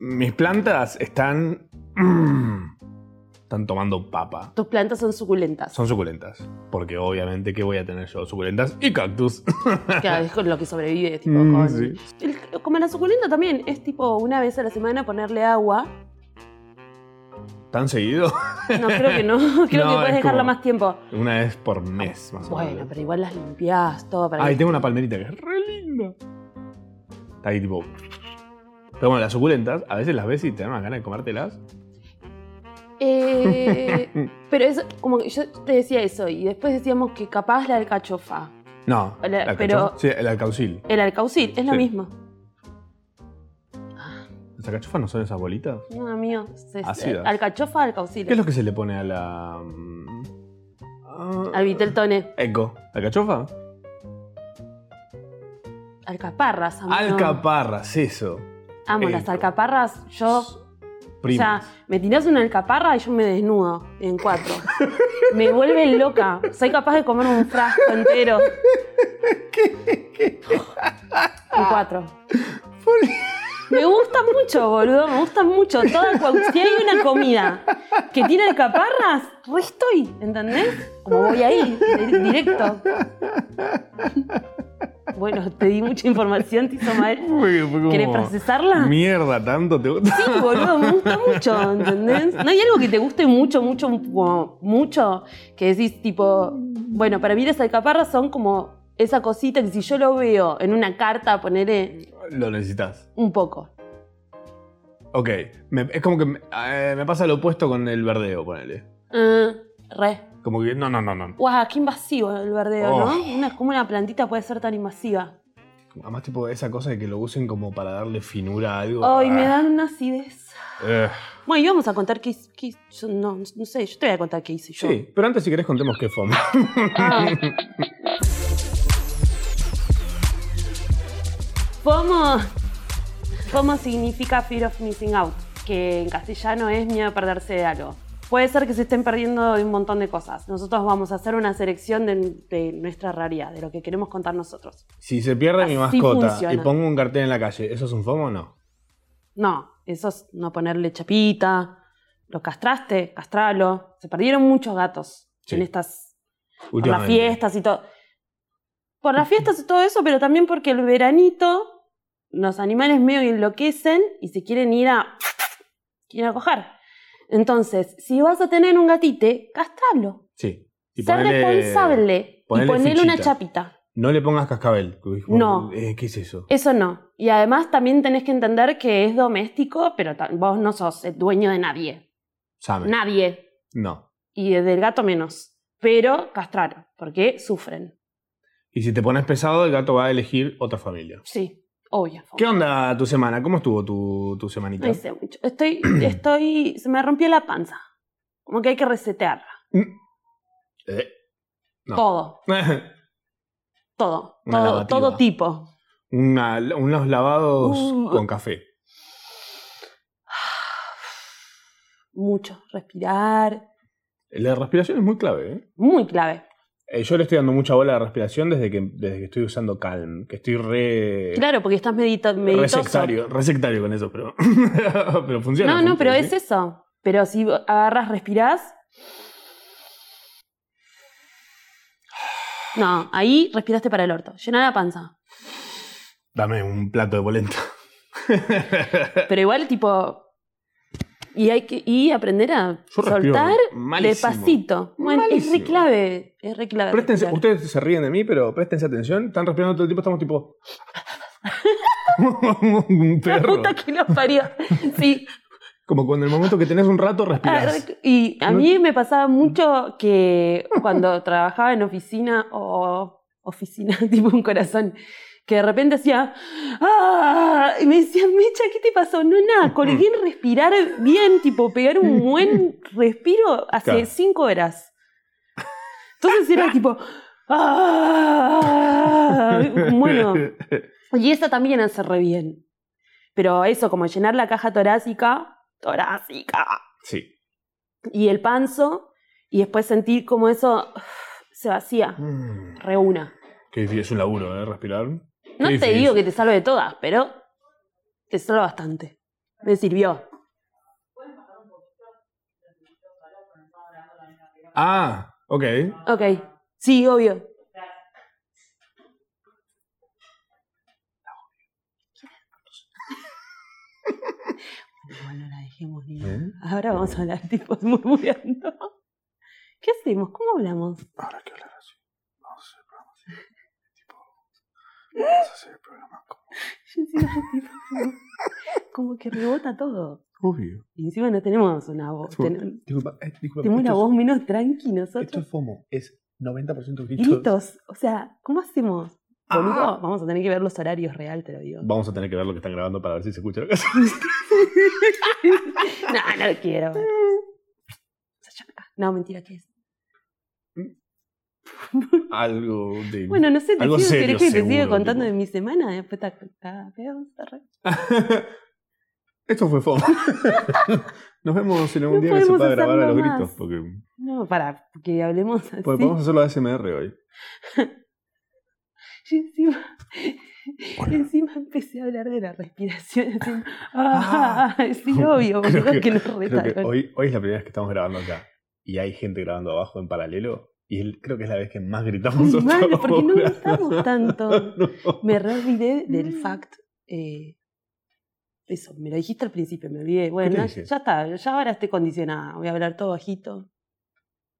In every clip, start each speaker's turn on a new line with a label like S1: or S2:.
S1: Mis plantas están. mm, están tomando papa.
S2: Tus plantas son suculentas.
S1: Son suculentas. Porque obviamente, ¿qué voy a tener yo? Suculentas y cactus.
S2: Claro, es con lo que sobrevive. Tipo,
S1: Mm,
S2: con-
S1: sí.
S2: El- como la suculenta también, es tipo una vez a la semana ponerle agua.
S1: ¿Tan seguido?
S2: No, creo que no. Creo
S1: No,
S2: que
S1: es
S2: puedes dejarla
S1: como-
S2: más tiempo.
S1: Una vez por mes, más o
S2: Bueno,
S1: menos.
S2: pero igual las limpiás, todo para
S1: Ahí
S2: que-
S1: tengo una palmerita que es re linda. Está ahí tipo. Pero bueno, las suculentas, a veces las ves y te dan más ganas de comértelas.
S2: Eh, pero eso, como que yo te decía eso, y después decíamos que capaz la alcachofa.
S1: No,
S2: Hola,
S1: la
S2: pero-
S1: cachofa- Sí, el alcaucil.
S2: El alcaucil, es lo
S1: Sí.
S2: mismo.
S1: ¿Las alcachofas no son esas bolitas?
S2: No, amigo. se-
S1: Ácidas.
S2: alcachofa, alcaucil.
S1: ¿Qué es lo que se le pone a la. mm, ah,
S2: Al Viteltone.
S1: Eco. ¿Alcachofa?
S2: Alcaparras, amigo.
S1: Alcaparras, eso.
S2: Amo las
S1: Eco.
S2: alcaparras. Yo O sea,
S1: Primas.
S2: me tirás una alcaparra y yo me desnudo en cuatro. me vuelve loca. Soy capaz de comer un frasco entero. En cuatro. Me gusta mucho, boludo. Me gusta mucho. Toda, cua- si hay una comida que tiene alcaparras, re estoy, ¿entendés? Como voy ahí, di- directo. Bueno, te di mucha información, te hizo mal.
S1: Fue- fue como,
S2: ¿Querés procesarla?
S1: Mierda, tanto te gusta.
S2: Sí, boludo, me gusta mucho, ¿entendés? ¿No hay algo que te guste mucho, mucho, como mucho? Que decís, tipo, bueno, para mí las alcaparras son como esa cosita que si yo lo veo en una carta, poneré
S1: Lo necesitas.
S2: un poco.
S1: Ok. me- es como que me, eh, me pasa lo opuesto con el verdeo, ponele.
S2: Ah, re.
S1: Como que. No, no, no, no.
S2: Guau, qué invasivo el verdeo,
S1: Oh.
S2: ¿no? Una, como una plantita puede ser tan invasiva.
S1: Además, tipo, esa cosa de que lo usen como para darle finura a algo.
S2: Ay, me
S1: Ah,
S2: dan una acidez.
S1: eh.
S2: Bueno, y vamos a contar qué hice. qué hice- yo no, no sé, yo te voy a contar qué hice yo.
S1: Sí, pero antes, si querés, contemos qué fue.
S2: Ah. FOMO. FOMO significa Fear of Missing Out, que en castellano es miedo a perderse de algo. Puede ser que se estén perdiendo de un montón de cosas. Nosotros vamos a hacer una selección de, de nuestra raridad, de lo que queremos contar nosotros.
S1: Si se pierde mi
S2: Así
S1: mascota
S2: funciona.
S1: y pongo un cartel en la calle, ¿eso es un FOMO o no?
S2: No, eso es no ponerle chapita. Lo castraste, castralo. Se perdieron muchos gatos
S1: Sí.
S2: en estas Por las
S1: Últimamente.
S2: fiestas y todo. Por las fiestas y todo eso, pero también porque el veranito los animales medio enloquecen y se quieren ir a. quieren a coger. Entonces, si vas a tener un gatite, castralo.
S1: Sí. Y
S2: Sé
S1: ponele-
S2: responsable y
S1: ponele
S2: ponele una
S1: fichita.
S2: chapita.
S1: No le pongas cascabel.
S2: No.
S1: Eh, ¿Qué es eso?
S2: Eso no. Y además también tenés que entender que es doméstico, pero ta- vos no sos el dueño de nadie.
S1: Same.
S2: Nadie.
S1: No.
S2: Y del gato menos. Pero castralo, porque sufren.
S1: Y si te pones pesado, el gato va a elegir otra familia.
S2: Sí, obvio.
S1: ¿Qué onda tu semana? ¿Cómo estuvo tu, tu semanita?
S2: No hice mucho. Estoy, estoy, se me rompió la panza. Como que hay que resetearla.
S1: Eh, No.
S2: Todo, todo,
S1: Una
S2: todo,
S1: lavativa.
S2: todo tipo.
S1: Una- unos lavados
S2: Uh.
S1: con café.
S2: Mucho, respirar,
S1: La respiración es muy clave. ¿eh?
S2: muy clave.
S1: Eh, yo le estoy dando mucha bola a la respiración desde que, desde que estoy usando Calm. Que estoy re.
S2: Claro, porque estás medito,
S1: Re
S2: meditoso.
S1: sectario, re sectario con eso, pero, pero funciona. ¿eh?
S2: No, no, pero
S1: funciona,
S2: es
S1: ¿sí?
S2: eso. Pero si agarras, respirás. No, ahí respiraste para el orto. Llená la panza.
S1: Dame un plato de polenta. Eh.
S2: Pero igual, tipo. Y hay que y aprender a
S1: Yo respiro
S2: soltar
S1: malísimo.
S2: Despacito. Bueno, es
S1: Malísimo.
S2: re clave. Es re clave.
S1: Préstense,
S2: respirar.
S1: ustedes se ríen de mí, pero préstense atención. Están respirando todo el tiempo, estamos tipo. como un
S2: La
S1: perro.
S2: puta que lo parió. Sí. ah,
S1: Como cuando en el momento que tenés un rato respirás.
S2: Y a mí me pasaba mucho que cuando trabajaba en oficina o oficina, tipo un corazón, que de repente hacía. "Ah", Y me decían, Mecha, ¿qué te pasó? No, nada. Colgué en respirar bien, tipo pegar un buen respiro hace
S1: Claro.
S2: cinco horas. Entonces era tipo. "Ah". Bueno. Y esa también hace re bien. Pero eso, como llenar la caja torácica, torácica,
S1: Sí.
S2: y el panzo, y después sentir como eso uf, se vacía,
S1: Mm,
S2: reúna.
S1: Qué difícil, es un laburo, ¿eh? Respirar.
S2: No
S1: Qué
S2: te
S1: difícil.
S2: digo que te salve de todas, pero te salva bastante. me sirvió.
S1: Ah, ok.
S2: Ok, sí, obvio. Igual no la dejemos ni nada.
S1: ¿Eh?
S2: Ahora vamos a hablar tipos murmurando. ¿Qué hacemos? ¿Cómo hablamos?
S1: Ahora hay que hablar así. Vamos a hacer el programa así. Tipo, vamos a hacer el programa como.
S2: Yo encima tipo, como, como que rebota todo.
S1: Obvio.
S2: Y encima no tenemos una voz.
S1: Disculpa,
S2: Oh, ten-
S1: disculpa, eh, disculpa,
S2: tenemos
S1: esto
S2: una
S1: es-
S2: voz menos tranqui
S1: Esto
S2: nosotros.
S1: es FOMO. Es 90% gritos.
S2: Gritos. O sea, ¿cómo hacemos?
S1: Ah.
S2: Boludo, Vamos a tener que ver los horarios real, te lo digo.
S1: Vamos a tener que ver lo que están grabando para ver si se escucha la casa.
S2: No, no lo quiero. ver. Se llama acá. No, mentira, ¿qué es?
S1: Algo de.
S2: Bueno, no sé, te
S1: Algo
S2: sigo,
S1: serio,
S2: ¿querés que te siga
S1: seguro,
S2: contando
S1: tipo.
S2: de mi semana? Después está está peor, está re-
S1: Esto fue FOMO. Nos vemos en algún
S2: No
S1: día que se
S2: podemos
S1: pueda grabar a los
S2: hacerlo
S1: gritos.
S2: más.
S1: Porque,
S2: No, para, que hablemos así.
S1: porque podemos hacerlo a SMR hoy.
S2: Y encima,
S1: Hola.
S2: encima empecé a hablar de la respiración. Así, ah, sí, obvio,
S1: Creo
S2: boludo, que,
S1: que-
S2: nos
S1: Creo que
S2: retaron.
S1: hoy, hoy es la primera vez que estamos grabando acá y hay gente grabando abajo en paralelo. Y el- creo que es la vez que más gritamos. hasta
S2: Mal, porque no
S1: ahora.
S2: gritamos tanto.
S1: No.
S2: Me re olvidé del fact. eh, eso, me lo dijiste al principio, me olvidé. Bueno,
S1: te
S2: ya
S1: dije?
S2: está, ya ahora estoy condicionada. Voy a hablar todo bajito.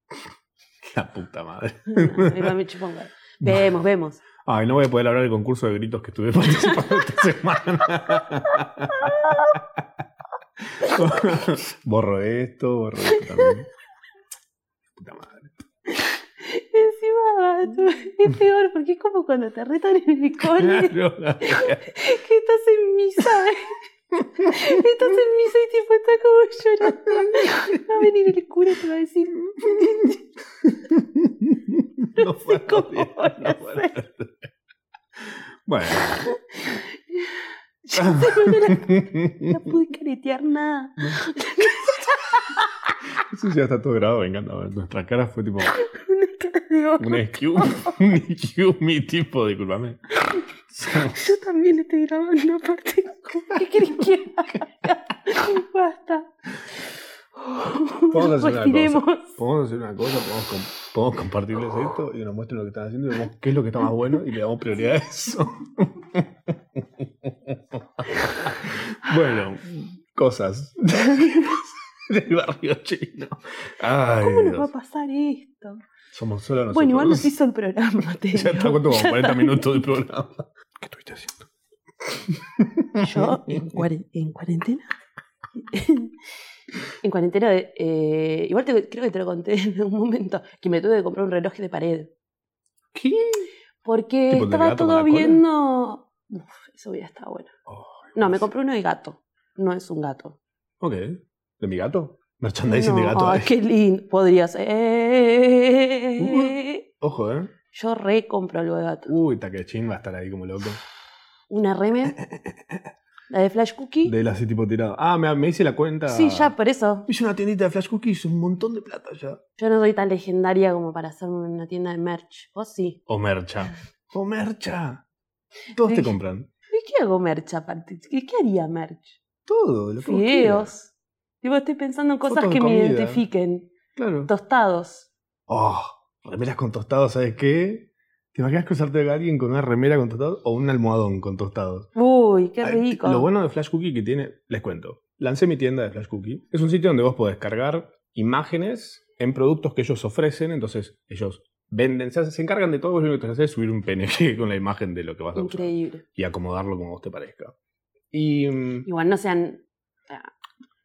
S1: La puta madre.
S2: Ahí me chupa un huevo. Vemos, vemos.
S1: Ay, no voy a poder hablar del concurso de gritos que estuve participando esta semana. borro esto, borro esto también. Puta madre.
S2: Encima es peor, porque es como cuando te retan en el cole.
S1: Claro.
S2: que estás en misa. ¿eh? estás en misa y tipo está como llorando. Va a venir el cura y te va a decir,
S1: No, puedo,
S2: cómo
S1: bien,
S2: voy a
S1: no puedo. Bueno.
S2: yo no la, la pude caretear nada.
S1: Eso ya está todo grabado, me encanta. Nuestra cara fue tipo
S2: Una cara de ojo.
S1: un excuse, un excuse me tipo, discúlpame.
S2: Yo también estoy grabando una parte. ¿Qué querés que haga? Basta.
S1: Vamos a hacer una
S2: Respiremos.
S1: Podemos hacer una cosa, podemos, com- podemos compartirles esto y que nos muestren lo que están haciendo y vemos qué es lo que está más bueno y le damos prioridad a eso. bueno, cosas del barrio chino. Ay,
S2: ¿Cómo nos va
S1: Dios.
S2: a pasar esto?
S1: Somos solo nosotros.
S2: Bueno, igual nos hizo el programa. te
S1: Ya
S2: digo.
S1: está, ¿cuánto? Como
S2: Ya
S1: 40
S2: está.
S1: minutos de programa. ¿Qué estuviste haciendo?
S2: Yo en, cuaren- en cuarentena. en cuarentena, eh, igual te- creo que te lo conté en un momento, que me tuve que comprar un reloj de pared.
S1: ¿Qué?
S2: Porque
S1: ¿Tipo el del
S2: estaba
S1: gato con la
S2: todo
S1: cola?
S2: viendo. Uf, eso hubiera estado bueno.
S1: Ay, pues
S2: No, me
S1: Dios.
S2: compré uno de gato. No es un gato.
S1: Ok. ¿De mi gato? Merchandising de
S2: No,
S1: gato.
S2: ay,
S1: eh.
S2: qué lindo. Podría ser.
S1: Ojo, ¿eh?
S2: Yo re compro algo de gato.
S1: Uy, Takechin va a estar ahí como loco.
S2: Una reme. La de Flash Cookie.
S1: De él así tipo tirado. Ah, me, me hice la cuenta.
S2: Sí, ya, por eso.
S1: Hice una tiendita de flash cookies, un montón de plata ya.
S2: Yo no soy tan legendaria como para hacerme una tienda de merch. Vos sí.
S1: O mercha. O mercha. Todos
S2: Sí.
S1: te compran.
S2: ¿Y qué hago merch aparte? ¿Qué, qué haría merch?
S1: Todo. Lo que vos quieras.
S2: Fideos. Tipo, estoy pensando en cosas
S1: Fotos de
S2: que me
S1: comida.
S2: identifiquen.
S1: Claro.
S2: Tostados.
S1: Oh, remeras con tostados, ¿sabes qué? ¿Te imaginas cruzarte con alguien con una remera con tostados o un almohadón con tostados?
S2: Uy, qué
S1: Ay,
S2: rico.
S1: Lo bueno de Flash Cookie que tiene, les cuento. Lancé mi tienda de Flash Cookie. Es un sitio donde vos podés cargar imágenes en productos que ellos ofrecen. Entonces, ellos venden, se, hacen- se encargan de todo. Vos lo único que tenés que hacer es subir un PNG con la imagen de lo que vas a usar
S2: Increíble.
S1: y acomodarlo como vos te parezca. Y mm,
S2: Igual no sean.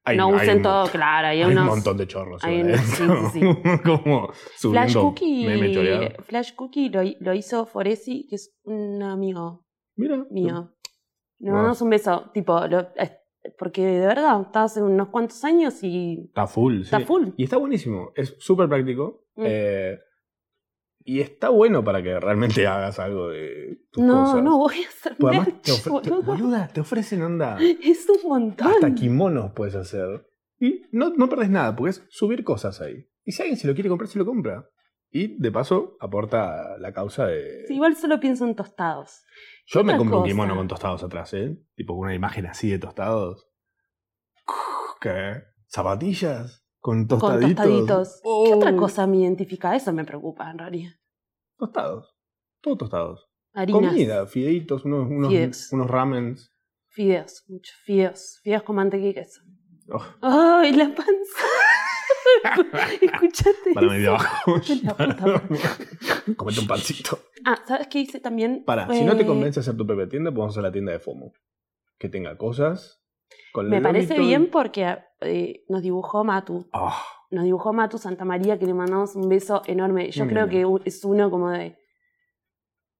S1: hay,
S2: no
S1: hay
S2: usen
S1: un-
S2: todo, claro. Hay,
S1: Hay
S2: unos.
S1: un montón de chorros.
S2: hay
S1: igual,
S2: unos-
S1: ¿eh?
S2: sí, sí, sí.
S1: como
S2: Flash
S1: subiendo meme choreado.
S2: Cookie, Flash Cookie lo, hi- lo hizo Foresi, que es un amigo
S1: Mira.
S2: mío. Le
S1: Mm. Wow.
S2: mandamos un beso. Tipo, lo- eh, porque de verdad, estaba hace unos cuantos años y
S1: Está full.
S2: está
S1: sí.
S2: full.
S1: Y está buenísimo, es súper práctico.
S2: Mm.
S1: eh, y está bueno para que realmente hagas algo de tus
S2: No,
S1: cosas.
S2: no voy a hacer
S1: Porque Pues además
S2: merch,
S1: te, ofre- te-
S2: boludo.
S1: boluda, te ofrecen onda.
S2: Es un montón.
S1: Hasta kimonos puedes hacer. Y no, no perdés nada, porque es subir cosas ahí. Y si alguien se lo quiere comprar, se lo compra. Y de paso, aporta a la causa de.
S2: Sí, igual solo pienso en tostados.
S1: Yo me
S2: otra
S1: compro un
S2: cosa.
S1: kimono con tostados atrás, ¿eh? Tipo con una imagen así de tostados. ¿Qué? ¿Zapatillas? Con
S2: con
S1: tostaditos.
S2: tostaditos. ¿Qué
S1: Oh,
S2: otra cosa me identifica? Eso me preocupa, en realidad.
S1: Tostados. Todo tostados.
S2: Harinas.
S1: Comida, fideitos, unos, unos,
S2: Fideos.
S1: unos ramens.
S2: Fideos, muchos fideos. Fideos con manteca y queso.
S1: Oh.
S2: ¡Ay, la panza! Escuchate.
S1: Para medio
S2: eso.
S1: abajo.
S2: La puta madre.
S1: Comete un pancito.
S2: Ah, ¿sabes qué hice también?
S1: Para, si no te
S2: Eh,
S1: convence hacer tu propia tienda, podemos hacer la tienda de FOMO. Que tenga cosas. Con
S2: Me
S1: el
S2: parece
S1: lomito y-
S2: bien porque eh, nos dibujó Matu.
S1: Ah,
S2: Nos dibujó Matu Santa María, que le mandamos un beso enorme. Yo
S1: Un
S2: creo
S1: nene.
S2: que u- es uno como de.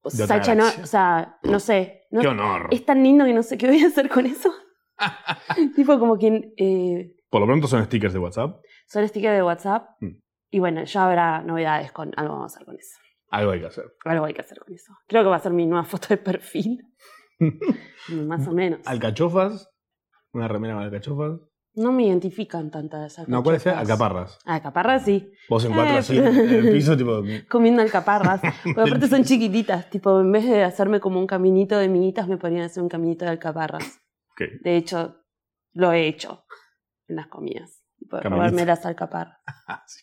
S2: O
S1: De otra
S2: Sacha, no,
S1: galaxia.
S2: o sea, no sé. no-
S1: ¡Qué honor!
S2: es tan lindo que no sé qué voy a hacer con eso. tipo como quien. eh,
S1: Por lo pronto son stickers de WhatsApp.
S2: son stickers de WhatsApp.
S1: Mm.
S2: Y bueno, ya habrá novedades con algo vamos a hacer con eso.
S1: Algo hay que hacer.
S2: Algo hay que hacer con eso. Creo que va a ser mi nueva foto de perfil. Más o menos.
S1: Alcachofas. Una remera con alcachofas.
S2: No me identifican tantas alcaparras.
S1: No, ¿cuáles eran? Alcaparras.
S2: Alcaparras sí.
S1: Vos en cuatro
S2: Eh,
S1: así, en el piso, tipo.
S2: Comiendo alcaparras. Porque aparte son chiquititas. Tipo, en vez de hacerme como un caminito de minitas, me ponían a hacer un caminito de alcaparras.
S1: Ok.
S2: De hecho, lo he hecho en las comidas. Tipo,
S1: Caminito.
S2: robarme las alcaparras.
S1: Ah, sí.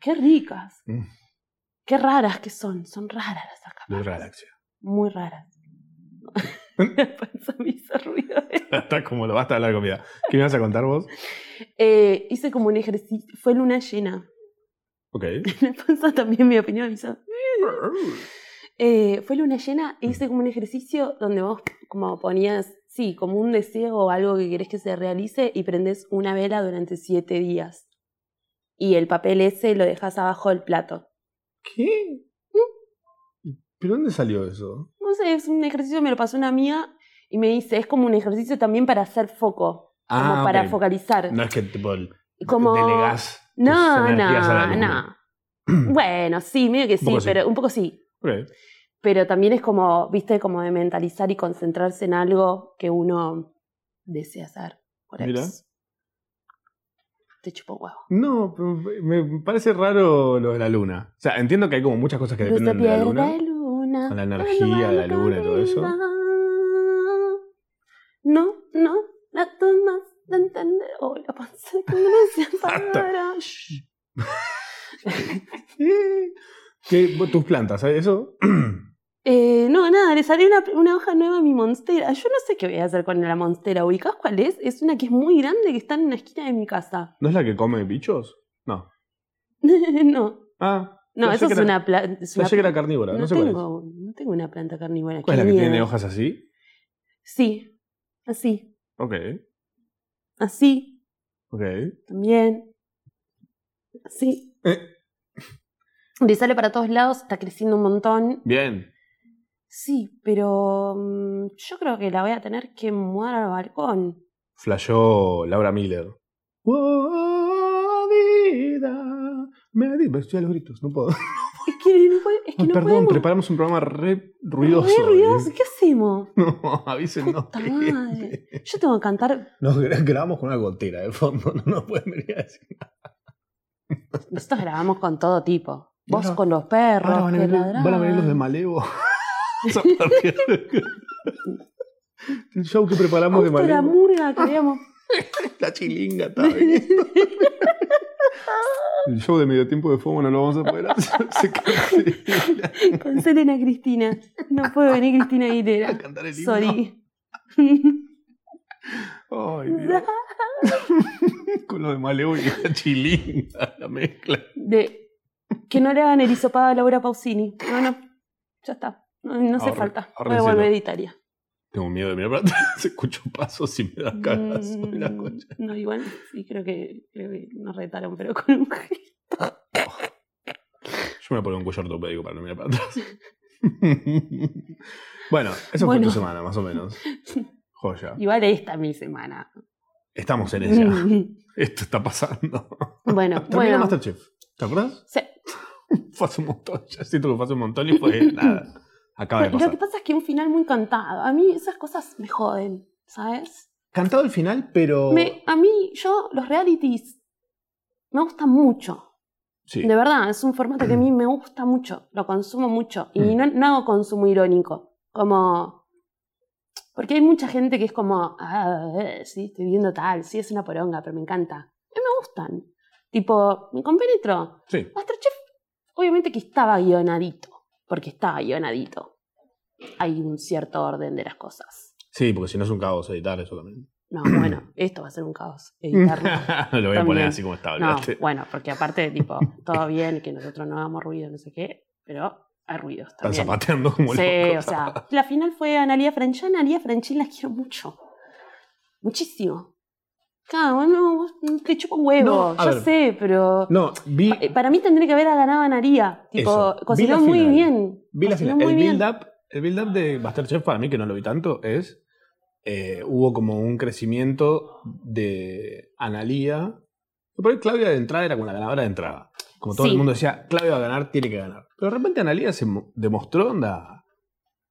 S2: Qué ricas.
S1: Mm.
S2: Qué raras que son. Son raras las alcaparras.
S1: De otra galaxia.
S2: Muy raras.
S1: Mm.
S2: La panza me hizo ruido.
S1: Está como lo basta de hablar de comida. ¿Qué me vas a contar vos?
S2: Eh, hice como un ejercicio. Fue luna llena.
S1: Ok.
S2: La panza también, mi opinión, me hizo. Eh, fue luna llena
S1: Mm.
S2: e hice como un ejercicio donde vos como ponías, sí, como un deseo o algo que querés que se realice y prendés una vela durante siete días. Y el papel ese lo dejas abajo del plato.
S1: ¿Qué? ¿Pero dónde salió eso?
S2: No sé, es un ejercicio, me lo pasó una mía y me dice, es como un ejercicio también para hacer foco, como
S1: Ah,
S2: para
S1: ok.
S2: focalizar.
S1: No es que tipo el-
S2: Y como...
S1: delegás. tus
S2: no,
S1: energías a la
S2: no,
S1: luna.
S2: no. Bueno, sí, medio que sí,
S1: poco sí.
S2: pero un poco sí.
S1: Ok.
S2: pero también es como, viste, como de mentalizar y concentrarse en algo que uno desea hacer. Por
S1: Mira.
S2: eso. Te chupo huevo.
S1: No, pero me parece raro lo de la luna. O sea, entiendo que hay como muchas cosas que
S2: Luz
S1: dependen de
S2: piedra
S1: la luna.
S2: luna,
S1: Con la
S2: cuando
S1: energía,
S2: va
S1: la luna y todo eso.
S2: corrida. No, no, la tomas de entender. Oh, la panza que no se apagará. Shh.
S1: Eh, ¿Qué, vos- ¿Tus plantas, ¿sabes eso?
S2: Eh, no, nada, le salió una, una hoja nueva a mi monstera. Yo no sé qué voy a hacer con la monstera. ¿Ubicás cuál es? Es una que es muy grande que está en una esquina de mi casa.
S1: ¿No es la que come bichos? No.
S2: no,
S1: Ah,
S2: no,
S1: Pensé
S2: eso
S1: que
S2: es
S1: era-
S2: una planta.
S1: pensé que era carnívora, no, sé cuál es.
S2: tengo, no tengo una planta carnívora.
S1: ¿Cuál
S2: qué
S1: es la que tiene
S2: miedo.
S1: hojas así?
S2: Sí, así,
S1: Ok,
S2: así,
S1: ok.
S2: también, así.
S1: Eh.
S2: Le sale para todos lados, está creciendo un montón.
S1: Bien.
S2: Sí, pero mm, yo creo que la voy a tener que mudar al balcón.
S1: Flashó Laura Miller. Oh, vida. Me di- me estoy a los gritos, no puedo.
S2: Es que no, puede- es que
S1: Ay,
S2: no
S1: perdón,
S2: podemos.
S1: preparamos un programa re ruidoso. ¿eh?
S2: Re ruidoso, ¿Qué hacemos?
S1: No, avísenos.
S2: Puta madre. Yo tengo que cantar.
S1: Nos gra- grabamos con una gotera de fondo, no nos pueden venir a decir.
S2: Nosotros grabamos con todo tipo. Vos
S1: Ahora-
S2: con los perros,
S1: Ahora Ah, van a
S2: que
S1: venir, van a venir los de
S2: ladran.
S1: Malevo. A partir de- El show que preparamos de
S2: Justo la
S1: Malevo.
S2: murga que habíamos.
S1: La chilinga está viniendo. El show de medio tiempo de fuego no lo vamos a poder hacer. Se cancela.
S2: Cancelen a Cristina. No puede venir Cristina
S1: a
S2: Aguilera.
S1: cantar el himno.
S2: Sorry.
S1: Ay, Dios. Con lo de Malevo y la chilinga, la mezcla.
S2: De, que no le hagan el hisopado a Laura Pausini. No, no. Ya está. No, no hace
S1: Ahorre-
S2: falta. Voy a
S1: ahórrenselo.
S2: volver de Italia.
S1: Tengo miedo de mirar para atrás. Escucho pasos y me da cagazo en la
S2: Mm,
S1: concha.
S2: No, igual sí creo que, creo que nos retaron, pero con un gel.
S1: Yo me voy a poner un cuello ortopédico para no mirar para atrás. bueno, eso
S2: Bueno.
S1: fue tu semana, más o menos. Joya.
S2: Igual esta es mi semana.
S1: Estamos
S2: Mm.
S1: en ella. Esto está pasando.
S2: bueno,
S1: Termina
S2: bueno.
S1: Masterchef. ¿Te acuerdas?
S2: Sí.
S1: Fue hace un montón. Ya siento que fue hace un montón y fue nada. Acaba de
S2: Pero Lo que
S1: pasar.
S2: pasa es que un final muy cantado. A mí esas cosas me joden, ¿sabes?
S1: Cantado el final, pero.
S2: Me- a mí, yo, los realities me gustan mucho.
S1: Sí.
S2: De verdad, es un formato que a mí me gusta mucho. Lo consumo mucho. Y
S1: Mm.
S2: no, no hago consumo irónico. Como. Porque hay mucha gente que es como, ah, eh, sí, estoy viendo tal, sí, es una poronga, pero me encanta. A mí me gustan. Tipo, me compenetro.
S1: Sí.
S2: Masterchef, obviamente que estaba guionadito, porque estaba guionadito. Hay un cierto orden de las cosas.
S1: Sí, porque si no es un caos editar eso también.
S2: No, bueno, esto va a ser un caos editarlo.
S1: Lo voy a poner
S2: También.
S1: así como está,
S2: No,
S1: olvídate.
S2: bueno, porque aparte, tipo, todo bien que nosotros no hagamos ruido, no sé qué, pero hay ruidos
S1: Están
S2: también.
S1: zapateando como
S2: Sí, o
S1: locos.
S2: sea, la final fue Analia French. Yo a Analia French la quiero mucho. Muchísimo. Claro, bueno, te chupo un
S1: No,
S2: huevo,
S1: a
S2: yo
S1: ver.
S2: sé, pero
S1: No, vi,
S2: pa- eh, para mí tendría que haber ganado Analia.
S1: Eso,
S2: Tipo,
S1: vi
S2: cocinó
S1: la
S2: muy
S1: final.
S2: bien.
S1: vi la
S2: cocinó
S1: final.
S2: muy
S1: El
S2: bien.
S1: build-up el build de Masterchef, para mí, que no lo vi tanto, es. eh, hubo como un crecimiento de Analía. Por ahí Claudia de entrada era como la ganadora de entrada. Como todo
S2: Sí.
S1: el mundo decía, Claudia va a ganar, tiene que ganar. Pero de repente Analía se mo- demostró, onda.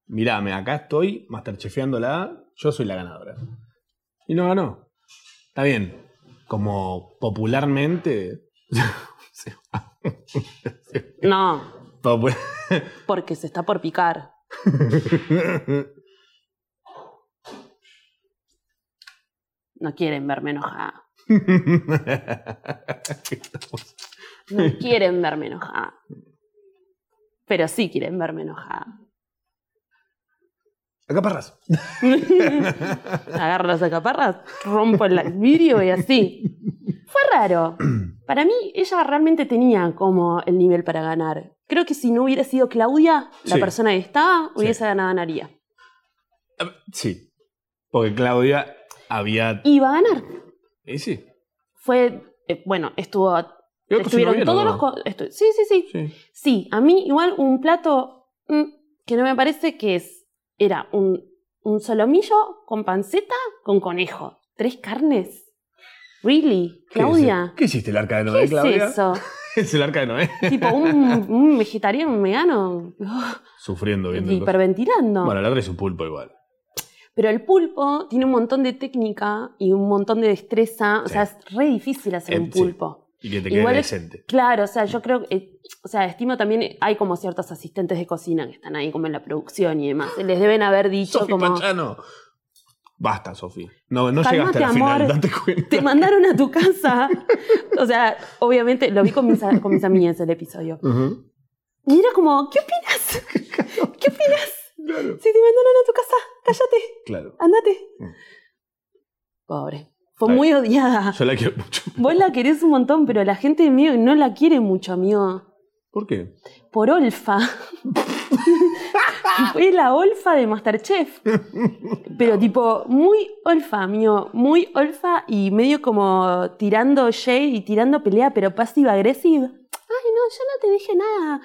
S1: Mirame, acá estoy masterchefeándola, yo soy la ganadora. Y no ganó. Está bien. Como popularmente.
S2: No,
S1: popu-
S2: porque se está por picar. No quieren verme enojada. No quieren verme enojada. Pero sí quieren verme enojada.
S1: Acá parras.
S2: agarro las acaparras, rompo el vidrio y así. Fue raro. Para mí, ella realmente tenía como el nivel para ganar. Creo que si no hubiera sido Claudia, la
S1: Sí.
S2: persona que estaba,
S1: Sí.
S2: hubiese ganado ganaría.
S1: Sí. Porque Claudia había.
S2: Iba a ganar.
S1: Y sí.
S2: Fue, eh, bueno, estuvo...
S1: Creo que
S2: estuvieron
S1: cocinó bien,
S2: todos
S1: ¿no?
S2: los... co- estu- sí, sí, sí.
S1: Sí.
S2: Sí, a mí igual un plato mm, que no me parece que es. Era un, un solomillo con panceta con conejo. Tres carnes. Really,
S1: ¿Qué
S2: Claudia.
S1: hice? ¿Qué hiciste el arca de
S2: ¿Qué
S1: Noé,
S2: es
S1: Claudia?
S2: eso?
S1: Es el arca de Noé.
S2: tipo un, un vegetariano, un vegano,
S1: Sufriendo viendo. el coso.
S2: hiperventilando.
S1: Bueno, la otra es un pulpo igual.
S2: Pero el pulpo tiene un montón de técnica y un montón de destreza. O
S1: Sí.
S2: sea, es re difícil hacer
S1: Eh,
S2: un
S1: sí.
S2: pulpo.
S1: Y que te quede
S2: Igual es-
S1: decente.
S2: Claro, o sea, yo creo que, eh, o sea, estimo también, eh, hay como ciertos asistentes de cocina que están ahí como en la producción y demás. Les deben haber dicho
S1: Sofi
S2: como,
S1: Pachano. Basta, Sofi. No, no
S2: Calmate,
S1: llegaste a la final,
S2: amor.
S1: date cuenta.
S2: te mandaron a tu casa. O sea, obviamente lo vi con mis, a- con mis amigas el episodio.
S1: Ujú.
S2: Y era como, ¿qué opinas? ¿Qué opinas?
S1: Claro.
S2: Si te mandaron a tu casa, cállate,
S1: Claro.
S2: andate.
S1: Mm.
S2: Pobre. Fue
S1: Está
S2: muy odiada.
S1: Yo la quiero mucho.
S2: Vos la querés un montón, pero la gente mío no la quiere mucho, amigo.
S1: ¿Por qué?
S2: por Olfa. Fue la Olfa de Masterchef. Pero tipo, muy Olfa, mío. Muy Olfa y medio como tirando shade y tirando pelea, pero pasiva agresiva. Ay, no, yo no te dije nada.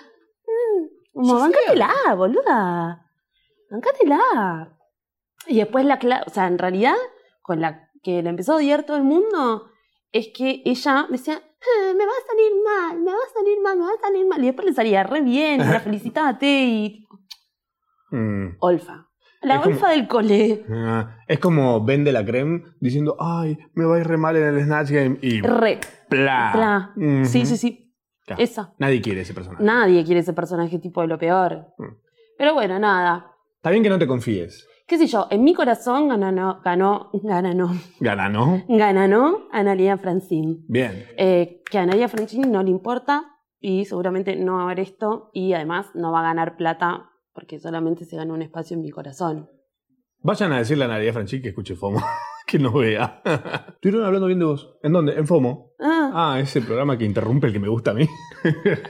S2: Mm, Como,
S1: Yo sé.
S2: bancátela, boluda. Bancátela. Y después la cla- o sea, en realidad, con la que la empezó a odiar todo el mundo, es que ella decía, "Ah, me va a salir mal, me va a salir mal, me va a salir mal. Y después le salía re bien, y la felicitate y.
S1: Mm.
S2: Olfa. La
S1: Es como-
S2: olfa del cole.
S1: Ah, es como vende la creme diciendo, ay, me va a ir re mal en el Snatch Game y
S2: Re.
S1: bla.
S2: Bla.
S1: Ujú.
S2: Sí, sí, sí.
S1: Claro.
S2: Esa.
S1: Nadie quiere ese personaje.
S2: Nadie quiere ese personaje tipo de lo peor.
S1: Mm.
S2: Pero bueno, nada.
S1: Está bien que no te confíes.
S2: Qué sé yo, en mi corazón ganó, no- ganó, ganó,
S1: Gana, ¿no?
S2: ganó Analia Francine.
S1: Bien.
S2: Eh, que a Nadia Franchini no le importa y seguramente no va a ver esto y además no va a ganar plata porque solamente se gana un espacio en mi corazón.
S1: Vayan a decirle a Nadia Franchi que escuche FOMO, que no vea. Estuvieron hablando bien de vos. ¿En dónde? En FOMO.
S2: Ah,
S1: Ah, ese programa que interrumpe el que me gusta a mí.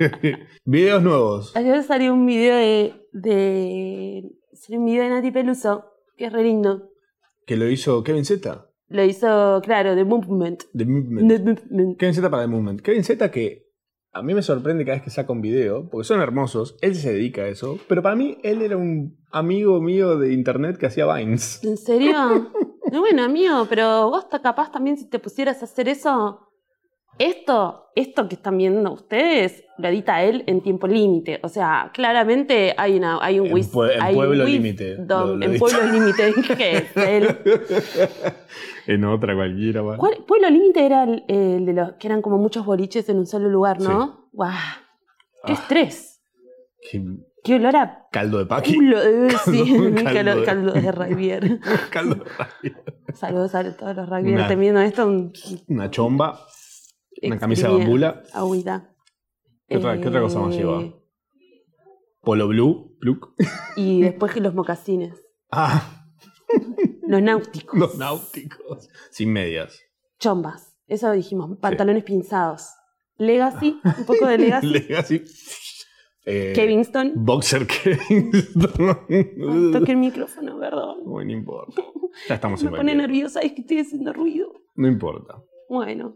S1: Videos nuevos.
S2: Ayer salió un video de, de- salió un video de Nati Peluso, que es re lindo.
S1: Que lo hizo Kevin Zeta.
S2: Lo hizo, claro, de Movement.
S1: de Movement.
S2: The Movement.
S1: Kevin Z para The Movement. Kevin Z que a mí me sorprende cada vez que saca un video, porque son hermosos, él se dedica a eso, pero para mí él era un amigo mío de internet que hacía Vines.
S2: ¿En serio? No, bueno, amigo, pero vos ta- capaz también si te pusieras a hacer eso, esto, esto que están viendo ustedes, lo edita él en tiempo límite. O sea, claramente hay una, hay un
S1: En
S2: whis-
S1: pue- en
S2: hay un
S1: pueblo
S2: whis-
S1: límite,
S2: dom-
S1: lo- lo
S2: En
S1: edita.
S2: pueblo límite, que es él.
S1: en otra cualquiera, va.
S2: ¿Cuál- pueblo límite era el, el de los que eran como muchos boliches en un solo lugar, ¿no? ¡Guau! ¡Qué
S1: Ah.
S2: estrés!
S1: Que-
S2: Qué olor a
S1: Caldo de paqui.
S2: culo. eh, sí,
S1: Caldo-
S2: caldo,
S1: caldo de-
S2: caldo de rugby.
S1: Caldo de paqui.
S2: Saludos a todos los
S1: Una-
S2: rugbyers. Terminando esto, un-
S1: Una chomba, una
S2: exprimía
S1: camisa de bambula.
S2: Agüita.
S1: ¿Qué otra- qué otra cosa más
S2: Eh,
S1: llevaba? Polo blue, pluk.
S2: Y después que los mocasines.
S1: Ah,
S2: Los náuticos.
S1: los náuticos. Sin medias.
S2: Chombas. Eso dijimos. Pantalones pinzados. Legacy. Un poco de Legacy.
S1: Legacy. Eh,
S2: Kevinston.
S1: Boxer Kevin.
S2: Ay, Toque el micrófono, perdón.
S1: Bueno, no importa. Ya estamos
S2: Me
S1: en
S2: pone
S1: cualquier.
S2: nerviosa, es que estoy haciendo ruido.
S1: No importa.
S2: Bueno.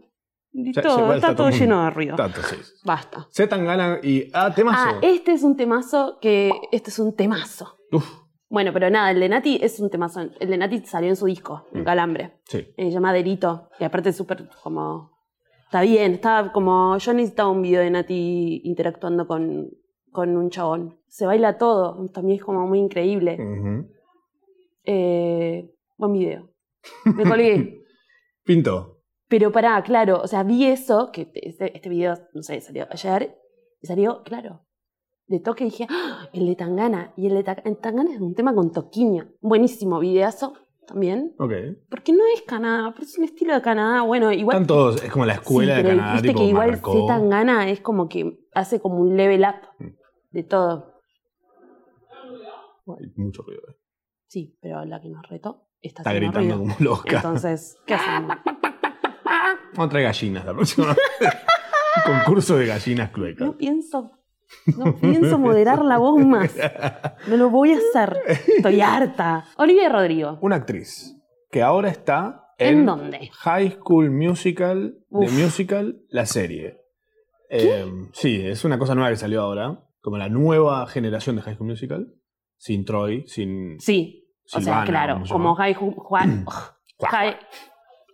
S2: Y
S1: Ya-
S2: todo-
S1: igual
S2: está todo
S1: muy-
S2: lleno de ruido.
S1: Está, entonces.
S2: Basta.
S1: Z Tangana y. Ah, temazo.
S2: Ah, este es un temazo que. Este es un temazo.
S1: Uf,
S2: Bueno, pero nada, el de Nati es un temazo. El de Nati salió en su disco, en
S1: Mm.
S2: Calambre.
S1: sí.
S2: Eh, llama Delito. Y aparte es súper como. Está bien, está como. Yo necesitaba un video de Nati interactuando con, con un chabón. Se baila todo. También es como muy
S1: Mm.
S2: increíble.
S1: Ujú.
S2: Eh, buen video. Me colgué.
S1: Pinto.
S2: Pero pará, claro, o sea, vi eso, que te- este, este video, no sé, salió ayer, y salió, claro, de toque y dije, ¡Ah! el de Tangana, y el de Ta- el Tangana es un tema con toquiño, buenísimo, videazo también,
S1: Ok.
S2: porque no es Canadá, pero es un estilo de Canadá, bueno, igual...
S1: Están todos. Es como la escuela
S2: Sí,
S1: de
S2: pero
S1: Canadá,
S2: viste
S1: tipo
S2: que igual
S1: Marco.
S2: C. Tangana es como que hace como un level up
S1: Mm.
S2: de todo,
S1: Hay mucho ruido. eh.
S2: sí, pero la que nos retó está,
S1: Está
S2: haciendo
S1: gritando
S2: ruido.
S1: como loca.
S2: Entonces, ¿qué hacemos?
S1: Vamos a traer gallinas la próxima. Un Concurso de gallinas cluecas.
S2: No pienso, no pienso moderar la voz más. No lo voy a hacer. Estoy harta. Olivia Rodrigo.
S1: Una actriz que ahora está
S2: ¿En,
S1: en,
S2: dónde?
S1: High School Musical,
S2: Uf.
S1: The Musical, la serie. Em, sí, es una cosa nueva que salió ahora, como la nueva generación de High School Musical, sin Troy, sin...
S2: Sí. O sea,
S1: Silvana,
S2: claro,
S1: ¿cómo se
S2: como
S1: llama?
S2: High, Ju- Ju- High-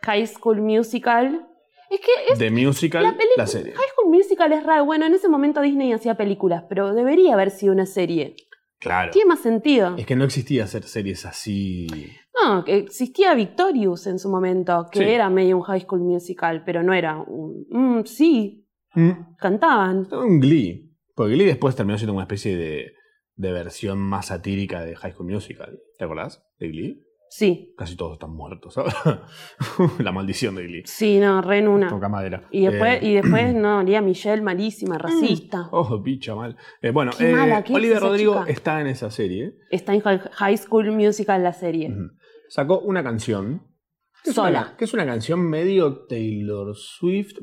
S2: High School Musical. Es que es-
S1: The Musical,
S2: la
S1: la,
S2: película-
S1: serie.
S2: High School Musical es raro. Bueno, en ese momento Disney hacía películas, pero debería haber sido una serie.
S1: Claro. Eh.
S2: Tiene más sentido.
S1: Es que no existía hacer series así...
S2: No, que existía Victorious en su momento, que
S1: Sí.
S2: era medio un High School Musical, pero no era un... Mm, sí,
S1: Mm,
S2: cantaban.
S1: Un Glee. Porque Glee después terminó siendo una especie de, de versión más satírica de High School Musical. ¿Te acordás? De Glee.
S2: Sí,
S1: Casi todos están muertos ahora. la maldición de Glee.
S2: Sí, no, re en una.
S1: Toca madera.
S2: Y después,
S1: Eh, Mm.
S2: y después no, olía Michelle malísima, racista.
S1: Oh, picha mal. Eh, bueno,
S2: Qué
S1: eh,
S2: mala, ¿qué
S1: Olivia
S2: es esa
S1: Rodrigo
S2: chica?
S1: está en esa serie.
S2: Está en Hi- High School Musical la serie.
S1: Ujú. Sacó una canción. que es
S2: Sola.
S1: una- que es una canción medio Taylor Swift,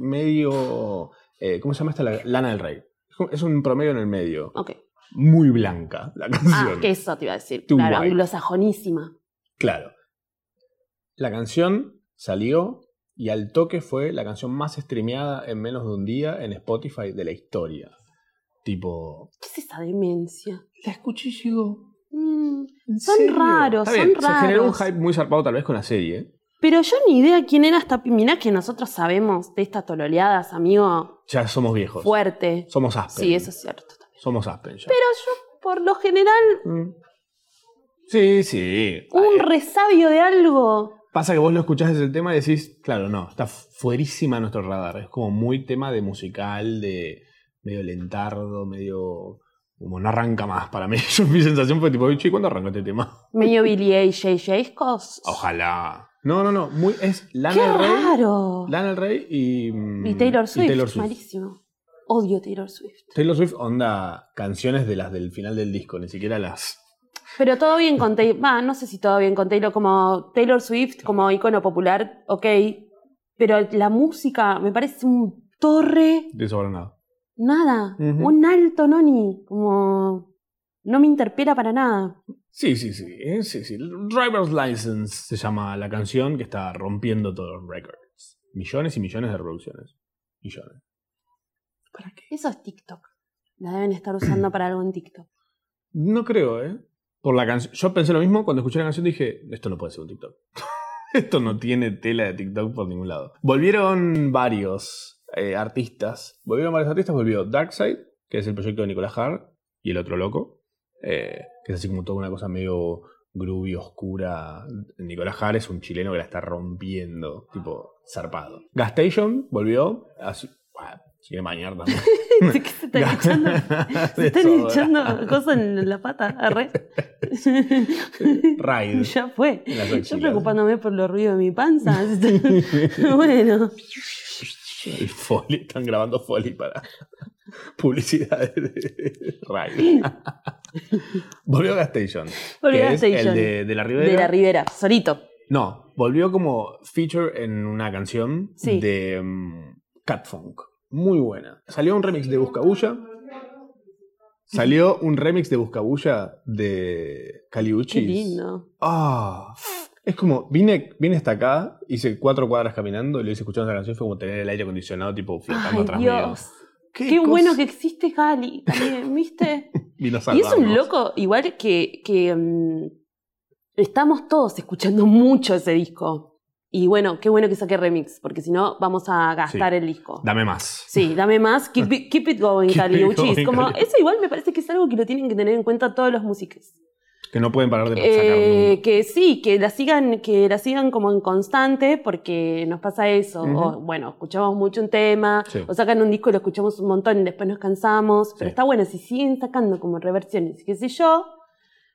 S1: medio. eh, ¿Cómo se llama esta? La- Lana del Rey. Es un- Es un promedio en el medio.
S2: Ok.
S1: Muy blanca la
S2: Ah,
S1: canción.
S2: que eso te iba a decir.
S1: Too
S2: claro,
S1: white.
S2: anglosajonísima.
S1: Claro. La canción salió y al toque fue la canción más streameada en menos de un día en Spotify de la historia. Tipo.
S2: ¿Qué es esa demencia?
S1: La escuché y llegó.
S2: Mm,
S1: ¿En
S2: Son
S1: serio?
S2: raros,
S1: Está
S2: son
S1: bien, Se generó un
S2: raros.
S1: hype muy zarpado tal vez con la serie.
S2: Pero yo ni idea quién era esta. Mirá que nosotros sabemos de estas tololeadas, amigo.
S1: Ya somos viejos.
S2: Fuerte.
S1: Somos Aspen.
S2: Sí, eso es cierto.
S1: Somos Aspen ya.
S2: Pero yo, por lo general,
S1: Mm. Sí, sí.
S2: un
S1: Ay,
S2: resabio de algo.
S1: Pasa que vos lo escuchás desde el tema y decís, claro, no, está fuerísima de nuestro radar. Es como muy tema de musical, de medio lentardo, medio... Como no arranca más para mí. Yo, mi sensación fue tipo, che, ¿cuándo arranca este tema?
S2: Medio Billy AJ Cos.
S1: Ojalá. No, no, no. Muy, es Lana
S2: ¡Qué
S1: del Rey.
S2: raro!
S1: Lana del Rey y... mm,
S2: Y Taylor Swift,
S1: Taylor Swift.
S2: malísimo. Odio Taylor Swift.
S1: Taylor Swift onda canciones de las del final del disco, ni siquiera las.
S2: Pero todo bien con Taylor. Va, no sé si todo bien con Taylor. Como Taylor Swift, como icono popular, ok. Pero la música me parece un torre,
S1: De eso nada.
S2: nada.
S1: Ujú.
S2: Un alto noni. Como. No me interpela para nada.
S1: Sí, sí, sí, eh, sí, sí. Driver's License se llama la canción que está rompiendo todos los records. Millones y millones de reproducciones. Millones. ¿Para qué?
S2: Eso es TikTok. La deben estar usando para algo en TikTok.
S1: No creo, ¿eh? Por la canción. Yo pensé lo mismo cuando escuché la canción dije, esto no puede ser un TikTok. esto no tiene tela de TikTok por ningún lado. Volvieron varios eh, artistas. Volvieron varios artistas. Volvió Darkseid, que es el proyecto de Nicolás Hart, y el otro loco, eh, que es así como toda una cosa medio groovy, oscura. Nicolás Hart es un chileno que la está rompiendo, tipo, zarpado. Gastation volvió, así, ah, Sigue bañar también.
S2: ¿Qué se están echando? Se están
S1: Desodorante.
S2: echando cosas en la pata. Arre.
S1: Raid.
S2: ya fue.
S1: en las
S2: Yo
S1: axilas.
S2: preocupándome por los ruidos de mi panza. bueno.
S1: El Foley, están grabando Foley para publicidades de Raid. volvió a Gas Station.
S2: Volvió
S1: que
S2: a Gas
S1: es
S2: Station.
S1: El de, de la Ribera.
S2: De la Rivera. Solito.
S1: no, volvió como feature en una canción
S2: Sí.
S1: de mm, Cat Funk. Muy buena. Salió un remix de Buscabulla. Salió un remix de Buscabulla de
S2: Qué
S1: Caliuchis.
S2: lindo.
S1: Ah, es como, vine, vine hasta acá, hice cuatro cuadras caminando y lo hice escuchando esa canción. Fue como tener el aire acondicionado, tipo, flotando
S2: Ay,
S1: atrás mío.
S2: Dios. Qué, bueno que existe Cali también, ¿viste?
S1: Vino a
S2: y es un
S1: salvarnos.
S2: loco, igual que, que, mm, estamos todos escuchando mucho ese disco. Y bueno, qué bueno que saque remix, porque si no vamos a gastar el disco.
S1: Dame más.
S2: Sí, dame más, keep it, keep it going,
S1: Keep
S2: Cali.
S1: it
S2: Uchis.
S1: going,
S2: Como,
S1: Cali.
S2: eso igual me parece que es algo que lo tienen que tener en cuenta todos los músicos.
S1: Que no pueden parar de sacar
S2: Eh,
S1: nunca.
S2: que sí, que la sigan, que la sigan como en constante, porque nos pasa eso.
S1: Ujú.
S2: O, bueno, escuchamos mucho un tema,
S1: Sí.
S2: o sacan un disco y lo escuchamos un montón y después nos cansamos. Pero
S1: Sí.
S2: está bueno, si siguen sacando como reversiones, qué sé yo.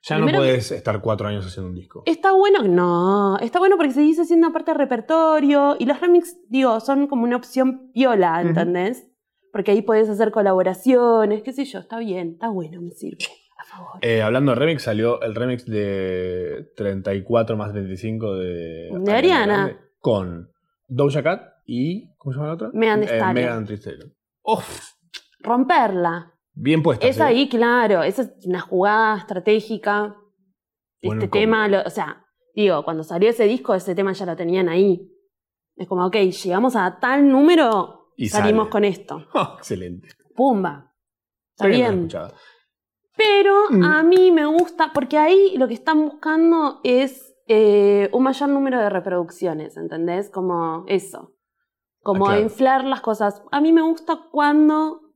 S1: Ya no
S2: primero-
S1: puedes estar cuatro años haciendo un disco.
S2: Está bueno, no, está bueno porque seguís haciendo parte de repertorio y los remix, digo, son como una opción piola,
S1: Ujú.
S2: ¿entendés? Porque ahí podés hacer colaboraciones, qué sé yo, está bien, está bueno, me sirve. A favor.
S1: Eh, hablando de remix, salió el remix de 34 más 25 de,
S2: De Ariana.
S1: Grande Con Doja Cat y. ¿Cómo se llama la otra?
S2: Megan Thee
S1: Eh,
S2: Stallion.
S1: Megan Thee Stallion. Uf,
S2: Romperla.
S1: bien puesta. ¿eh?
S2: Es
S1: sí.
S2: ahí, claro, esa es una jugada estratégica.
S1: Bueno,
S2: este
S1: ¿cómo?
S2: tema, lo- o sea, digo, cuando salió ese disco, ese tema ya lo tenían ahí. Es como, ok, llegamos a tal número,
S1: Y
S2: salimos
S1: sale. Oh,
S2: con esto.
S1: Excelente.
S2: Pumba. Está
S1: Yo que no la
S2: bien.
S1: escuchaba.
S2: Pero
S1: Mm.
S2: a mí me gusta, porque ahí lo que están buscando es eh, un mayor número de reproducciones, ¿entendés? Como eso. Como
S1: Ah, claro.
S2: inflar las cosas. A mí me gusta cuando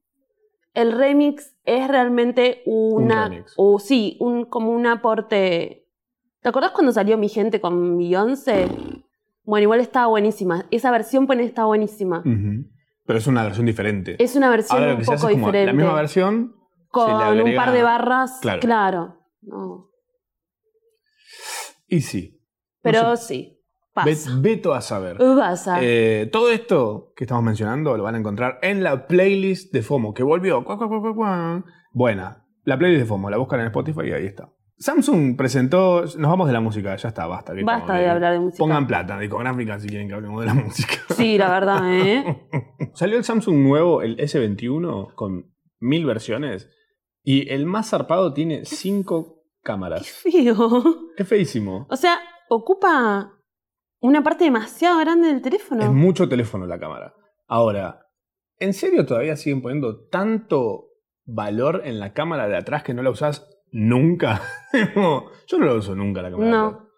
S2: el remix es realmente una.
S1: remix.
S2: o sí, un, como un aporte. ¿Te acordás cuando salió mi gente con Beyoncé? Bueno, igual estaba buenísima. Esa versión pone está buenísima.
S1: Ujú. Pero es una versión diferente.
S2: Es una versión
S1: Mm. Ahora lo
S2: un
S1: que se hace
S2: poco
S1: es como
S2: diferente
S1: la misma versión.
S2: con
S1: Se le agrega-
S2: un par de barras.
S1: Claro.
S2: Claro. No.
S1: Y sí.
S2: Pero
S1: No
S2: sí,
S1: Ve-
S2: pasa.
S1: veto a saber.
S2: Pasa.
S1: Eh, todo esto que estamos mencionando lo van a encontrar en la playlist de FOMO, que volvió. Cuá, cuá, cuá, cuá, cuá. Buena. La playlist de FOMO, la buscan en Spotify y ahí está. Samsung presentó. Nos vamos de la música, ya está, basta. que
S2: Basta
S1: estamos
S2: de
S1: bien.
S2: hablar de música.
S1: eh, Pongan plata, discográfica, si quieren que hablemos de la música.
S2: Sí, la verdad, ¿eh?
S1: Salió el Samsung nuevo, el S21, con mil versiones. Y el más zarpado tiene cinco
S2: Qué ah,
S1: cámaras.
S2: feo.
S1: Es feísimo.
S2: O sea, ocupa una parte demasiado grande del teléfono.
S1: Es mucho teléfono la cámara. Ahora, ¿en serio todavía siguen poniendo tanto valor en la cámara de atrás que no la usás nunca? Como, Yo no la uso nunca la cámara. de atrás.
S2: no.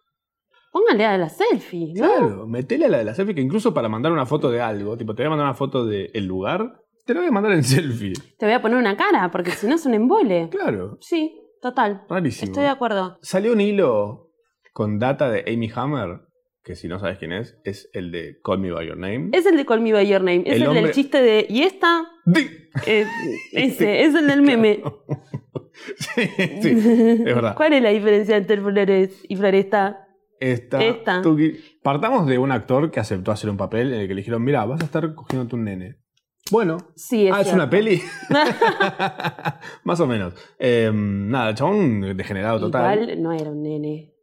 S2: Póngale a la selfie, ¿no?
S1: Claro, metele a la de la selfie que incluso para mandar una foto de algo, tipo te voy a mandar una foto del lugar, te la voy a mandar en selfie.
S2: Te voy a poner una cara, porque si no es un embole.
S1: Claro,
S2: Sí, total.
S1: rarísimo.
S2: Estoy de acuerdo.
S1: Salió un hilo con data de Amy Hammer, que si no sabes quién es, es el de Call Me By Your Name.
S2: Es el de Call Me By Your Name. Es
S1: El
S2: el,
S1: hombre-
S2: del chiste de... ¿Y esta?
S1: Di-
S2: Eh, ese, es el del meme.
S1: sí, sí. es verdad.
S2: ¿Cuál es la diferencia entre flores y floresta?
S1: Esta.
S2: Esta.
S1: Tuki. Partamos de un actor que aceptó hacer un papel en el que le dijeron, mira, vas a estar cogiéndote un nene. Bueno.
S2: Sí, es
S1: ah, es
S2: cierto.
S1: una peli. Más o menos. Eh, nada, el chabón degenerado total.
S2: Igual no era un nene.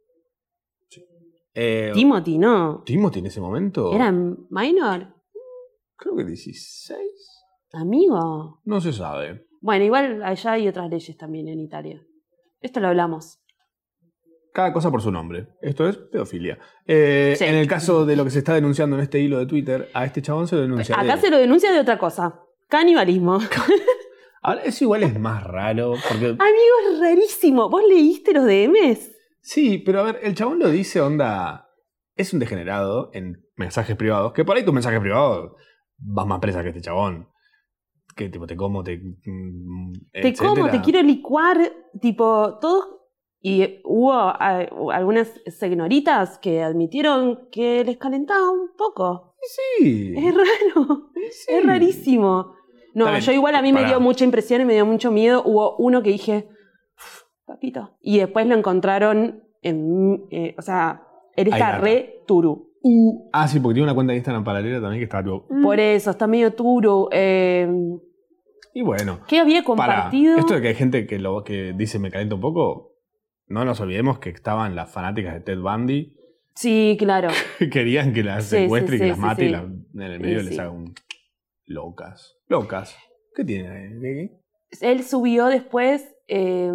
S1: Eh,
S2: Timothy, no.
S1: Timothy en ese momento.
S2: Era minor.
S1: Creo que 16.
S2: Amigo.
S1: No se sabe.
S2: Bueno, igual allá hay otras leyes también en Italia. Esto lo hablamos.
S1: Cada cosa por su nombre. Esto es pedofilia. Eh,
S2: Sí.
S1: En el caso de lo que se está denunciando en este hilo de Twitter, a este chabón se lo denuncia.
S2: Acá
S1: de-
S2: se lo denuncia de otra cosa. Canibalismo.
S1: Ahora, eso igual es más raro. Porque
S2: Amigo, es rarísimo. ¿Vos leíste los DMs?
S1: Sí, pero a ver, el chabón lo dice, onda. Es un degenerado en mensajes privados, que por ahí tus mensajes privados vas más presa que este chabón. Que tipo, te como, te. mm,
S2: Te como,
S1: etcétera.
S2: te quiero licuar. Tipo, todos. Y eh, hubo ah, algunas señoritas que admitieron que les calentaba un poco.
S1: Sí.
S2: Es raro.
S1: sí.
S2: Es rarísimo. No,
S1: Está bien.
S2: yo igual a mí me
S1: Pará.
S2: dio mucha impresión y me dio mucho miedo. Hubo uno que dije, "Uf, papito. Y después lo encontraron en. eh, o sea, él está
S1: Ahí,
S2: re turu.
S1: Ah, sí, porque tiene una cuenta de Instagram paralela también que está tipo. mm.
S2: Por eso, está medio turu. eh,
S1: Y bueno,
S2: ¿Qué había
S1: para.
S2: compartido?
S1: Esto de que hay gente que, lo, que dice me calienta un poco, no nos olvidemos que estaban las fanáticas de Ted Bundy
S2: Sí, claro.
S1: que querían que las
S2: Sí, sí,
S1: secuestre y
S2: sí,
S1: que las
S2: sí,
S1: mate
S2: sí.
S1: y las- en el medio
S2: Sí,
S1: les
S2: sí.
S1: haga un. Locas. Locas. ¿Qué tienen ahí? ¿Qué- qué?
S2: Él subió después. eh,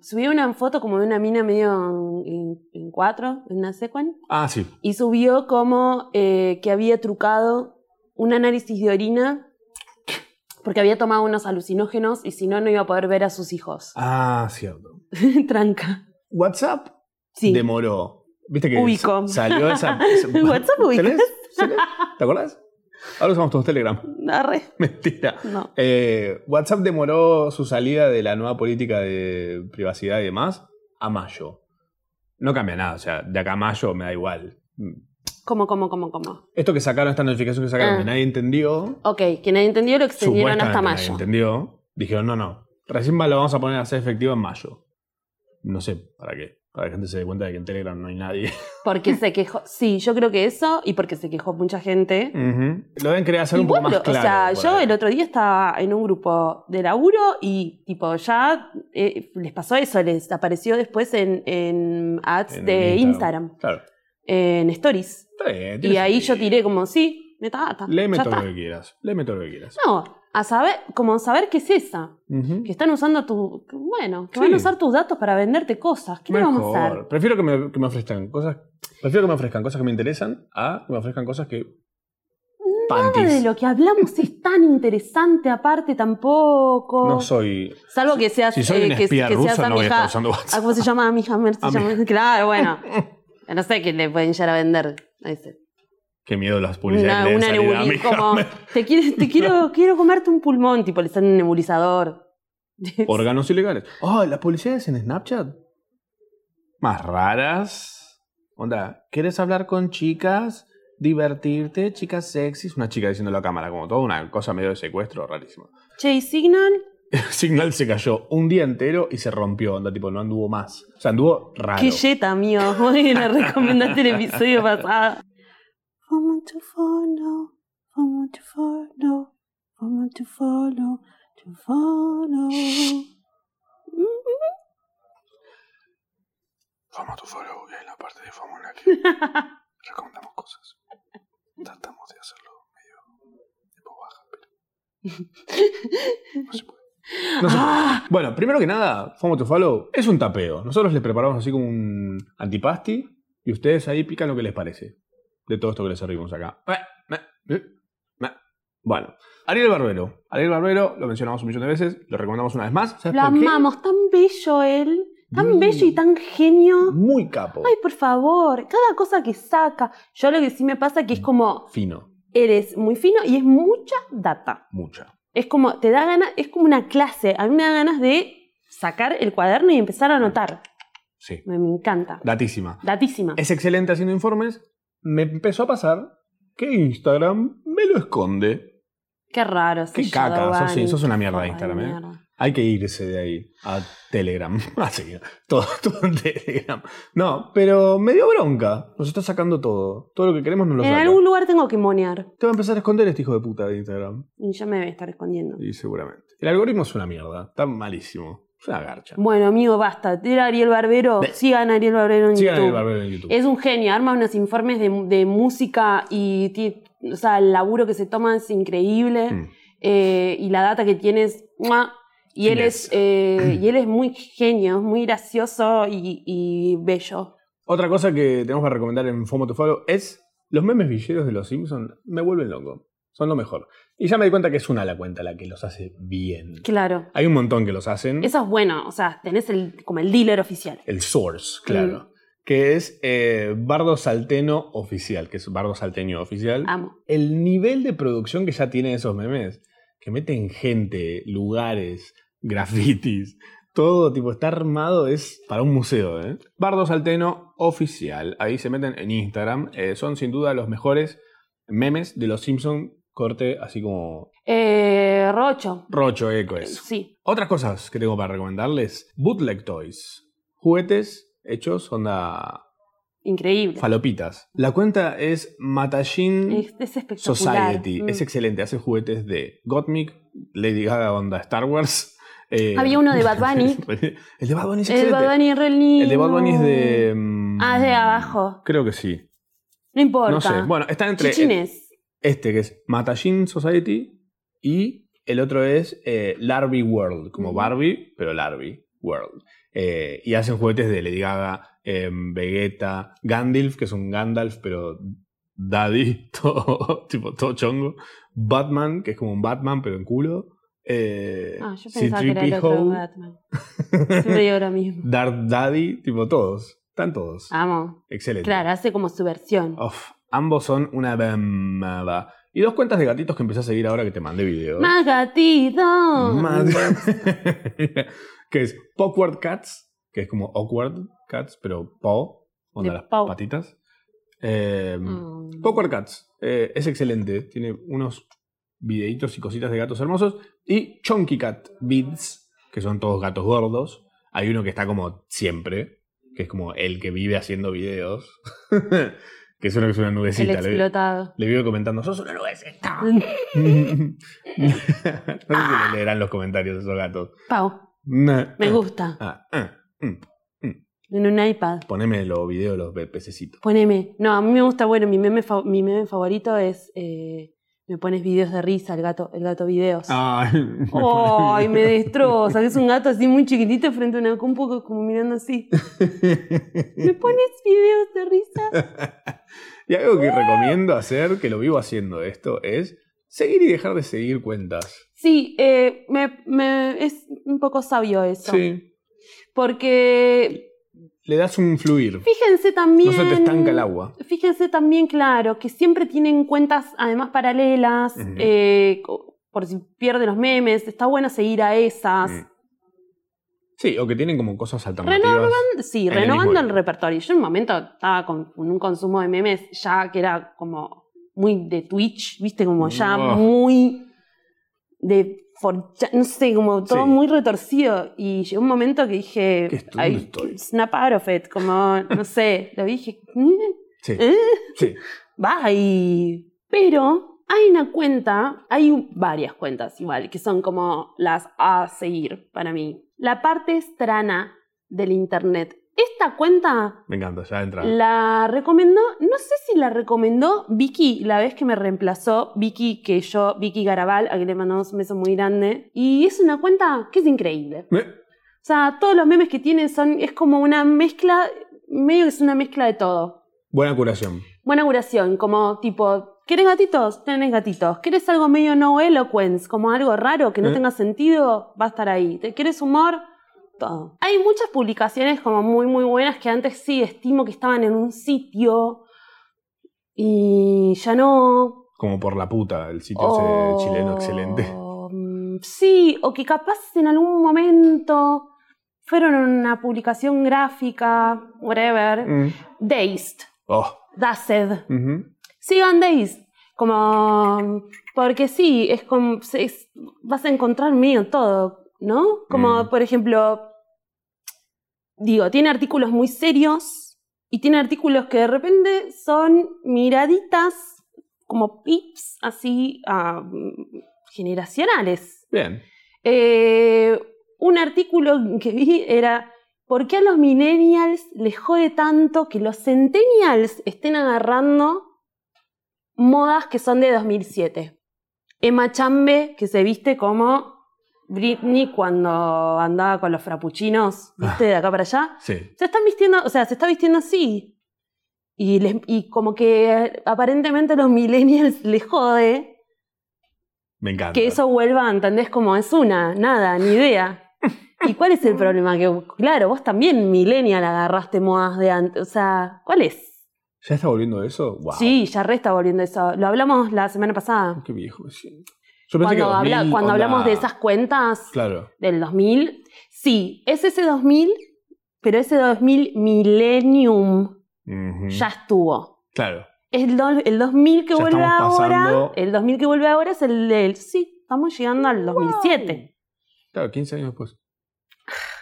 S2: subió una foto como de una mina medio en, en cuatro, en una secuencia.
S1: Ah, sí.
S2: y subió como eh, que había trucado un análisis de orina porque había tomado unos alucinógenos y si no, no iba a poder ver a sus hijos.
S1: Ah, cierto.
S2: Tranca.
S1: WhatsApp
S2: Sí.
S1: demoró. ¿Viste que
S2: Ubico.
S1: s- salió esa.
S2: WhatsApp ubicas.
S1: ¿Tenés? ¿Tenés? ¿Te acordás? Ahora usamos todos Telegram.
S2: Arre.
S1: Mentira.
S2: No.
S1: Eh, WhatsApp demoró su salida de la nueva política de privacidad y demás a mayo. No cambia nada, o sea, de acá a mayo me da igual.
S2: ¿Cómo, cómo, cómo, cómo?
S1: Esto que sacaron, esta notificación que sacaron,
S2: Ah.
S1: que nadie entendió,
S2: Ok, quien haya entendido lo extendieron
S1: supuestamente
S2: hasta
S1: nadie
S2: mayo.
S1: entendió, dijeron, no, no, recién la vamos a poner a ser efectiva en mayo. No sé, ¿para qué? Para que la gente se dé cuenta de que en Telegram no hay nadie.
S2: Porque se quejó. Sí, yo creo que eso y porque se quejó mucha gente.
S1: Ujú. Lo deben querer hacer
S2: Y
S1: Mm, un poco
S2: bueno,
S1: más claro.
S2: o sea,
S1: por
S2: yo
S1: ahí.
S2: el otro día estaba en un grupo de laburo y tipo ya eh, les pasó eso, les apareció después en, en ads
S1: En
S2: de
S1: el
S2: Instagram.
S1: Claro.
S2: en stories.
S1: Está bien,
S2: Y
S1: tiene
S2: ahí yo
S1: sentido.
S2: tiré como, sí, me tata.
S1: Léeme
S2: ya
S1: todo
S2: está.
S1: lo que quieras. Léeme todo lo que quieras.
S2: No, a saber, como saber qué es esa.
S1: Ujú.
S2: Que están usando tu. que, Bueno, que
S1: Sí.
S2: van a usar tus datos para venderte cosas. ¿Qué le vamos a
S1: Mejor.
S2: hacer?
S1: Prefiero que me, que me ofrezcan cosas. Prefiero que me ofrezcan cosas que me interesan a que me ofrezcan cosas que.
S2: Nada de
S1: Panties.
S2: lo que hablamos es tan interesante, aparte tampoco.
S1: No soy.
S2: Salvo que seas.
S1: Si soy
S2: eh,
S1: una
S2: que,
S1: espía
S2: que seas
S1: rusa, no voy a
S2: amiga-
S1: estar usando
S2: Ah,
S1: WhatsApp.
S2: ¿Cómo se llama? Mi Hammer. se
S1: Ami-
S2: llama- Claro, bueno. No sé qué le pueden llegar a vender. a ese.
S1: Qué miedo las
S2: Una,
S1: publicidades. que le
S2: una
S1: deben salir a
S2: nebuli-
S1: mi
S2: como,
S1: Hammer.
S2: te, quiero, te quiero, quiero comerte un pulmón, tipo, le sale un nebulizador.
S1: Órganos ilegales. Oh, las publicidades en Snapchat. Más raras. Onda, ¿quieres hablar con chicas? Divertirte, chicas sexys, una chica diciendo a la cámara, como toda una cosa medio de secuestro, rarísima.
S2: Che, ¿y Signal?
S1: Signal se cayó un día entero y se rompió, onda, tipo, no anduvo más. O sea, anduvo raro.
S2: Qué yeta, mío. Hoy la recomendaste el episodio pasado. Vamos to follow, vamos to follow, vamos to follow, to follow.
S1: Fama tu follow es la parte de Fama en la que recomendamos cosas. Tratamos de hacerlo medio tipo baja, pero no se puede.
S2: Ah.
S1: Bueno, primero que nada, Fama tu follow es un tapeo. Nosotros les preparamos así como un antipasti y ustedes ahí pican lo que les parece de todo esto que les servimos acá. Bueno, Ariel Barbero. Ariel Barbero lo mencionamos un millón de veces, lo recomendamos una vez más. ¿Sabes
S2: Lo
S1: por qué?
S2: amamos, tan bello él, tan
S1: Mm.
S2: bello y tan genio.
S1: Muy capo,
S2: Ay, por favor, cada cosa que saca. Yo lo que sí me pasa que
S1: Mm.
S2: es como,
S1: fino,
S2: eres muy fino y es mucha data.
S1: mucha.
S2: Es como, te da ganas, es como una clase. A mí me da ganas de sacar el cuaderno y empezar a anotar.
S1: Sí,
S2: Me, me encanta.
S1: datísima.
S2: Datísima.
S1: es excelente haciendo informes, me empezó a pasar que Instagram me lo esconde.
S2: Qué raro.
S1: Qué
S2: soy yo,
S1: caca, sos-
S2: Dani.
S1: sí, sos una mierda de
S2: Ay,
S1: Instagram, ¿eh?
S2: mierda.
S1: Hay que irse de ahí a Telegram. Así, todo, todo en Telegram. No, pero me dio bronca. Nos está sacando todo. Todo lo que queremos nos lo
S2: En
S1: saca.
S2: algún lugar tengo que monear.
S1: Te va a empezar a esconder este hijo de puta de Instagram.
S2: Y ya me voy a estar escondiendo.
S1: Y seguramente. El algoritmo es una mierda. Está malísimo. Es una garcha.
S2: Bueno, amigo, basta. Era Ariel Barbero.
S1: Ve.
S2: Sigan a Ariel Barbero en
S1: Sigan
S2: YouTube.
S1: el barbero en YouTube.
S2: Es un genio. Arma unos informes de, de música y... ti- O sea, el laburo que se toma es increíble.
S1: Mm.
S2: eh, y la data que tienes. ¡mua! Y él, es,
S1: Finés.
S2: eh, y él es muy genio, es muy gracioso y, y bello.
S1: Otra cosa que tenemos para recomendar en FOMO to Follow es los memes villeros de los Simpsons me vuelven loco. Son lo mejor. Y ya me di cuenta que es una la cuenta la que los hace bien.
S2: Claro.
S1: Hay un montón que los hacen.
S2: Eso es bueno, o sea, tenés el, como el dealer oficial.
S1: El source, claro. Que es eh, Bardo Salteno Oficial, que es Bardo Salteño Oficial.
S2: Amo.
S1: El nivel de producción que ya tienen esos memes, que meten gente, lugares, grafitis, todo tipo, está armado, es para un museo, ¿eh? Bardo Salteno Oficial. Ahí se meten en Instagram. eh, son sin duda los mejores memes de los Simpsons corte así como
S2: Eh, Rocho.
S1: rocho eco eso.
S2: Sí.
S1: Otras cosas que tengo para recomendarles. Bootleg Toys. Juguetes hechos, onda
S2: Increíble.
S1: falopitas. La cuenta es Matajin
S2: Es, es espectacular.
S1: Society.
S2: Mm.
S1: Es excelente. Hace juguetes de Gottmik, Lady Gaga, onda Star Wars. eh,
S2: Había uno de Bad Bunny.
S1: el de Bad Bunny es
S2: El
S1: excelente.
S2: Bad Bunny es re
S1: El de Bad Bunny es
S2: lindo.
S1: de... mm,
S2: Ah, es de abajo.
S1: Creo que sí.
S2: No importa.
S1: No sé. Bueno, está entre eh,
S2: Chichines.
S1: este que es Matajin Society y el otro es eh, Larby World, como
S2: Ujú.
S1: Barbie, pero Larby World. Eh, y hacen juguetes de Lady Gaga, em, Vegeta, Gandalf, que es un Gandalf, pero daddy, todo, tipo, todo chongo. Batman, que es como un Batman, pero en culo. Eh,
S2: Ah, yo pensaba que era el otro
S1: C-3PO,
S2: Batman. Siempre digo lo mismo.
S1: Darth Daddy, tipo todos. Están todos.
S2: Amo.
S1: Excelente.
S2: Ah, Claro, hace como su versión.
S1: Uf, ambos son una bemada. Y dos cuentas de gatitos que empecé a seguir ahora que te mandé videos.
S2: Más Mm. gatito.
S1: Más- que es Pawkward Cats, que es como Awkward Cats, pero Paw, onda
S2: De
S1: las
S2: paw.
S1: patitas. Eh,
S2: Mm.
S1: Pawkward Cats eh, es excelente, tiene unos videitos y cositas de gatos hermosos. Y Chunky Cat Beads, que son todos gatos gordos. Hay uno que está como siempre, que es como el que vive haciendo videos. que es uno que es una
S2: el
S1: nubecita. Le, vi-
S2: explotado.
S1: le vivo comentando, sos una nubecita. no sé si le leerán los comentarios esos gatos.
S2: Pau, me
S1: Me
S2: gusta.
S1: Ah, ah, mm.
S2: En un iPad.
S1: Poneme los videos de los pe- pececitos.
S2: Poneme. No, a mí me gusta, bueno, mi meme, fa- mi meme favorito es. eh, me pones videos de risa, el gato, el gato videos.
S1: Ay, me
S2: Ay,
S1: pone-
S2: me destroza. que Es un gato así muy chiquitito frente a una compu que como mirando así. ¿Me pones videos de risa?
S1: y algo
S2: Ah.
S1: que recomiendo hacer, que lo vivo haciendo esto, es seguir y dejar de seguir cuentas.
S2: Sí, eh, me, me- es un poco sabio eso.
S1: Sí.
S2: Porque
S1: Le das un fluir.
S2: fíjense también.
S1: No se te estanca el agua.
S2: Fíjense también, claro, que siempre tienen cuentas además paralelas,
S1: Ujú.
S2: eh, co- por si pierden los memes, está bueno seguir a esas.
S1: Mm. Sí, o que tienen como cosas alternativas.
S2: Renovan, sí,
S1: en el
S2: renovando
S1: mismo
S2: el
S1: día.
S2: repertorio. Yo en un momento estaba con un consumo de memes ya que era como muy de Twitch, viste, como ya
S1: Buah.
S2: muy de 4chan, no sé, como todo
S1: Sí.
S2: muy retorcido. Y llegó un momento que dije,
S1: ¿Qué estoy-
S2: ay,
S1: dónde estoy?
S2: snap out of it, como, no sé, lo vi y dije, "Mm,
S1: Sí,
S2: ¿Eh?
S1: sí.
S2: Bye. Pero hay una cuenta, hay un- varias cuentas igual, que son como las a seguir para mí. La parte estrana del internet. Esta cuenta
S1: Me encanta, ya entra.
S2: la recomendó, no sé si la recomendó Vicky la vez que me reemplazó, Vicky que yo, Vicky Garabal, a quien le mandamos un beso muy grande. Y es una cuenta que es increíble.
S1: Me-
S2: O sea, todos los memes que tienen son, es como una mezcla, medio que es una mezcla de todo.
S1: Buena curación.
S2: Buena curación, como tipo, ¿querés gatitos? Tenés gatitos. ¿Querés algo medio no eloquence, como algo raro que no
S1: ¿Eh?
S2: tenga sentido? Va a estar ahí. ¿Te quieres humor? Todo. Hay muchas publicaciones como muy muy buenas que antes sí estimo que estaban en un sitio y ya no.
S1: Como por la puta, el sitio
S2: O-
S1: ese eh, chileno excelente.
S2: mm, Sí, o que capaz en algún momento fueron una publicación gráfica, whatever.
S1: Mm.
S2: Dazed,
S1: Oh.
S2: Dazed
S1: ujú.
S2: sigan Days. Como, porque sí, es como, se- es- vas a encontrar medio todo, ¿no? Como,
S1: Mm.
S2: por ejemplo, digo, tiene artículos muy serios y tiene artículos que de repente son miraditas, como pips, así, ah, generacionales.
S1: Bien.
S2: Eh, un artículo que vi era ¿Por qué a los millennials les jode tanto que los centennials estén agarrando modas que son de 2007? Emma Chambe, que se viste como Britney cuando andaba con los frappuccinos, ¿viste? De acá para allá
S1: Sí.
S2: se están vistiendo, o sea, se está vistiendo así. Y, les- y como que aparentemente a los millennials les jode
S1: Me encanta.
S2: que eso vuelva, ¿entendés? Como es una, nada, ni idea. ¿Y cuál es el problema? Que, claro, vos también, Millennial, agarraste modas de antes. O sea, ¿cuál es?
S1: ¿Ya está volviendo eso? Wow.
S2: Sí, ya resta volviendo eso. Lo hablamos la semana pasada.
S1: Qué viejo me siento. Yo pensé que
S2: Cuando, habla-
S1: 2000
S2: cuando
S1: onda-
S2: hablamos de esas cuentas
S1: Claro.
S2: del 2000. Sí, es ese 2000, pero ese 2000 Millennium
S1: Ujú.
S2: ya estuvo.
S1: Claro.
S2: el, do- el 2000 que
S1: Mm. Ya
S2: vuelve
S1: estamos pasando-
S2: ahora, el 2000 que vuelve ahora es el del, sí, estamos llegando al 2007.
S1: Claro, 15 años después.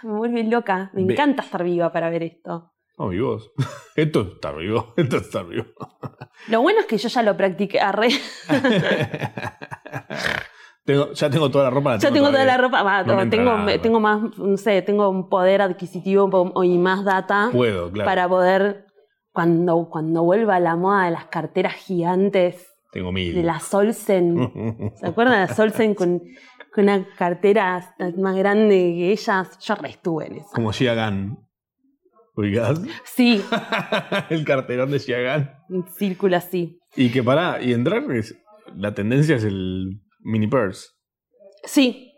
S2: Me vuelve loca, me
S1: Ve-
S2: encanta estar viva para ver esto.
S1: Estamos vivos. Esto está vivo. Esto está vivo.
S2: Lo bueno es que yo ya lo practiqué, arre,
S1: Tengo- ya tengo toda la ropa. La
S2: yo tengo toda la ropa, va,
S1: No me entra
S2: tengo,
S1: nada,
S2: me-
S1: pero-
S2: tengo más, no sé, tengo un poder adquisitivo po- o- y más data
S1: Puedo, claro.
S2: para poder, cuando, cuando vuelva la moda de las carteras gigantes,
S1: Tengo
S2: de
S1: mil.
S2: las
S1: Mm.
S2: Olsen. ¿Se acuerdan de las Olsen con, con una cartera más grande que ellas? Yo re estuve en eso.
S1: Como Shiagan. ¿Ubicás?
S2: Sí,
S1: El carterón de Shiagan.
S2: un círculo así.
S1: Y que pará, y entrar es. La tendencia es el mini purse.
S2: Sí,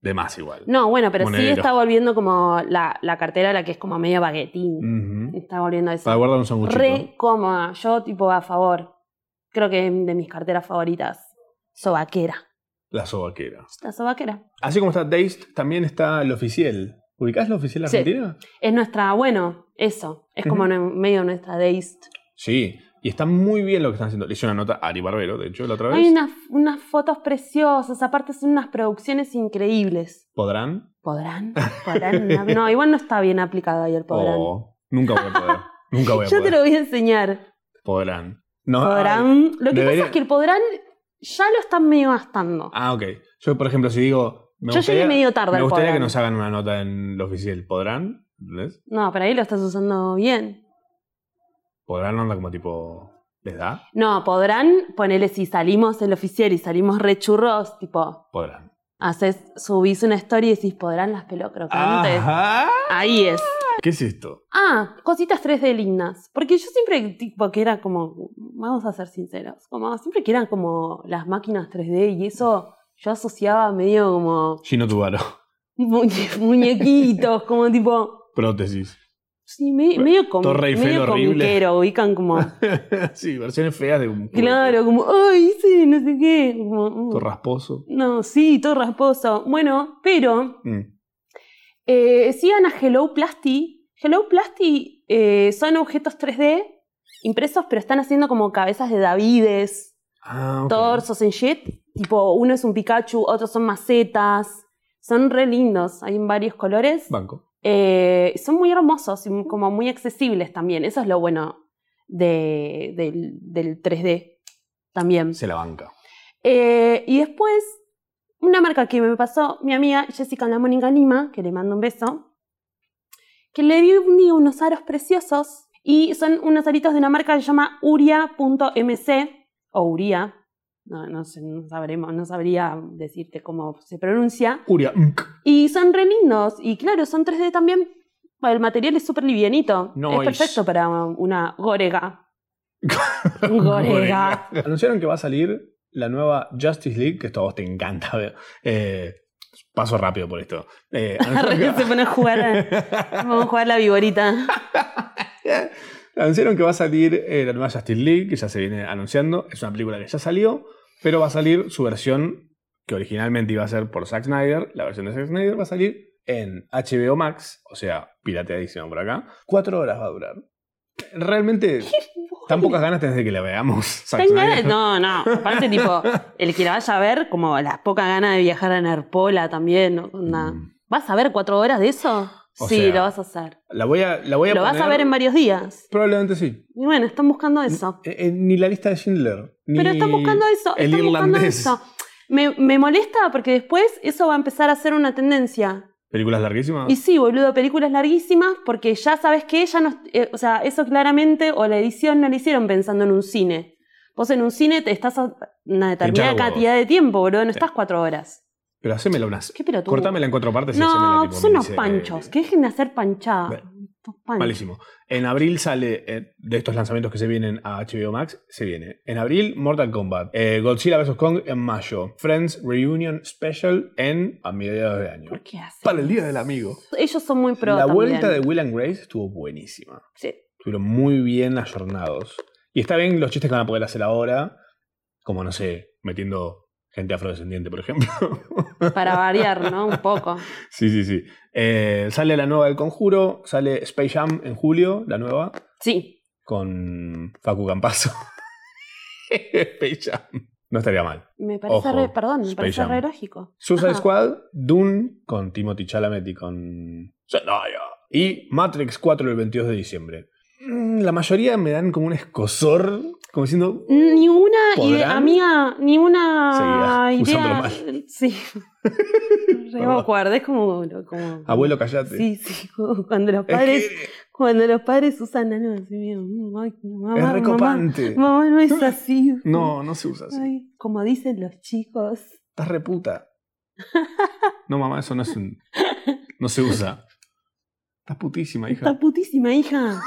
S1: De más igual.
S2: no, bueno, pero sí
S1: Monedero.
S2: está volviendo como la, la cartera, la que es como medio baguetín.
S1: Ujú.
S2: Está volviendo a
S1: Para
S2: eso.
S1: guardar un sanguchito.
S2: Re cómoda. Yo, tipo, a favor. Creo que es de mis carteras favoritas. Sobaquera.
S1: La sobaquera.
S2: La sobaquera.
S1: Así como está Taste, también está el oficial. ¿Ubicás el oficial
S2: Sí.
S1: argentina?
S2: Es nuestra, bueno, eso. Es como
S1: Ujú.
S2: nue- medio nuestra Deist.
S1: Sí. Y está muy bien lo que están haciendo. Le hice una nota a Ari Barbero, de hecho, la otra vez.
S2: Hay unas, unas fotos preciosas, aparte son unas producciones increíbles.
S1: ¿Podrán?
S2: ¿Podrán? ¿Podrán? No, No, igual no está bien aplicado ahí el podrán.
S1: O- nunca voy a poder. nunca voy a
S2: Yo te
S1: poder.
S2: lo voy a enseñar.
S1: Podrán. No, Ah, ay.
S2: Podrán. Lo que
S1: debería-
S2: pasa es que el podrán ya lo están medio gastando.
S1: Ah, ok. Yo, por ejemplo, si digo. Me
S2: Yo
S1: gustaría,
S2: llegué medio tarde
S1: me
S2: al
S1: gustaría
S2: podrán.
S1: que nos hagan una nota en lo oficial. ¿Podrán? ¿Entendés?
S2: No, pero ahí lo estás usando bien.
S1: ¿Podrán onda como tipo. ¿Les da?
S2: No, podrán, ponele si salimos el oficial y salimos re churros, tipo,
S1: Podrán.
S2: haces, subís una story y decís, podrán las pelocrocantes.
S1: Ajá.
S2: Ahí es.
S1: ¿Qué es esto?
S2: Ah, cositas 3D lindas. Porque yo siempre, tipo, que era como, vamos a ser sinceros, como siempre que eran como las máquinas 3D y eso yo asociaba medio como
S1: Gino Tubaro.
S2: muñe- muñequitos, como tipo,
S1: Prótesis.
S2: sí, me- medio como,
S1: Torre Eiffel
S2: medio
S1: horrible.
S2: comiquero, ubican como,
S1: sí, versiones feas de un.
S2: claro, como, ay, sí, no sé qué. como, mm.
S1: Todo rasposo.
S2: no, sí, todo rasposo. Bueno, pero
S1: Mm.
S2: Eh, sigan a Hello Plasty. Hello Plasty eh, son objetos 3D impresos, pero están haciendo como cabezas de Davides,
S1: Ah, ok.
S2: torsos en shit. Tipo, uno es un Pikachu, otros son macetas. Son re lindos, hay en varios colores.
S1: Banco.
S2: Eh, son muy hermosos y como muy accesibles también. Eso es lo bueno de- del, del 3D también.
S1: Se la banca.
S2: Eh, y después, una marca que me pasó mi amiga Jessica La Mónica Lima, que le mando un beso, que le di un día unos aros preciosos y son unos aritos de una marca que se llama Uria.mc o Uria. No, no, sé, no sabremos, no sabría decirte cómo se pronuncia.
S1: Uria. mm,
S2: Y son re lindos. Y claro, son 3D también. Bueno, el material es súper livianito.
S1: Nice.
S2: Es perfecto para una gorega. gorega.
S1: Anunciaron que va a salir la nueva Justice League, que esto a vos te encanta. veo. Eh, paso rápido por esto. Eh, anunciaron,
S2: Arre, se
S1: que,
S2: pone a jugar. eh. Vamos a jugar la viborita.
S1: anunciaron que va a salir eh, la nueva Justice League, que ya se viene anunciando. Es una película que ya salió, pero va a salir su versión, que originalmente iba a ser por Zack Snyder. La versión de Zack Snyder va a salir en HBO Max, o sea, pirateadísimo por acá. Cuatro horas va a durar. Realmente, tan pocas ganas tenés de que la veamos. Zack
S2: Tengo
S1: Snyder.
S2: ganas- No, no. Aparte, tipo, el que la vaya a ver, como las pocas ganas de viajar a Narpola también. ¿no? Onda.
S1: Mm.
S2: ¿Vas a ver cuatro horas de eso?
S1: O
S2: sí,
S1: sea,
S2: lo vas a hacer.
S1: La voy a, la voy a
S2: Lo vas a
S1: poner-
S2: ver en varios días.
S1: Probablemente sí.
S2: Y bueno, están buscando eso.
S1: Eh, eh, ni la lista de Schindler. Ni
S2: Pero están buscando eso.
S1: El
S2: están buscando
S1: irlandés.
S2: eso. Me, me molesta porque después eso va a empezar a ser una tendencia.
S1: Películas larguísimas.
S2: Y sí, boludo, películas larguísimas porque ya sabes que ella no. eh, o sea, eso claramente, o la edición no la hicieron pensando en un cine. Vos en un cine te estás a una
S1: Hinchada
S2: determinada
S1: de
S2: cantidad de tiempo, boludo, no estás cuatro horas.
S1: Pero hacémela unas.
S2: ¿Qué pelotudo?
S1: Cortámela en cuatro partes y hacémela
S2: No,
S1: tipo eh,
S2: son unos
S1: miniserie.
S2: panchos, que dejen de hacer panchada.
S1: Bueno,
S2: Estos panchos.
S1: Malísimo. En abril sale eh, de estos lanzamientos que se vienen a HBO Max. Se viene. En abril, Mortal Kombat. Eh, Godzilla vs. Kong en mayo. Friends Reunion Special en a mediados de año.
S2: ¿Por qué hacen?
S1: Para el Día del Amigo.
S2: Ellos son muy pro
S1: la vuelta
S2: también.
S1: de Will and Grace estuvo buenísima.
S2: Sí.
S1: Estuvieron muy bien ayornados. Y está bien los chistes que van a poder hacer ahora, como no sé, metiendo gente afrodescendiente, por ejemplo.
S2: Para variar, ¿no? Un poco.
S1: sí, sí, sí. Eh, sale la nueva del Conjuro, sale Space Jam en julio, la nueva.
S2: Sí.
S1: con Facu Campazo. Space Jam. No estaría mal.
S2: Me parece
S1: Ojo,
S2: re, perdón, me
S1: Space
S2: parece
S1: Jam.
S2: re lógico.
S1: Suicide
S2: Ajá.
S1: Squad, Dune con Timothy Chalamet y con Zendaya. Y Matrix 4 el 22 de diciembre. Mm, La mayoría me dan como un escosor, como diciendo,
S2: Ni una idea,
S1: ¿Podrán?
S2: amiga, ni una
S1: Seguía usándolo
S2: idea.
S1: mal.
S2: Sí. Re
S1: Perdón.
S2: awkward, es como, como.
S1: abuelo, callate.
S2: Sí, sí, como cuando los
S1: es, que
S2: padres, cuando los padres usan algo así, mira, mm, ay, mamá,
S1: es
S2: mamá,
S1: recopante.
S2: mamá, no es así.
S1: No, no se usa así.
S2: Ay, como dicen los chicos.
S1: Estás reputa. No, mamá, eso no es un. No se usa. Estás putísima, hija.
S2: Está putísima, hija.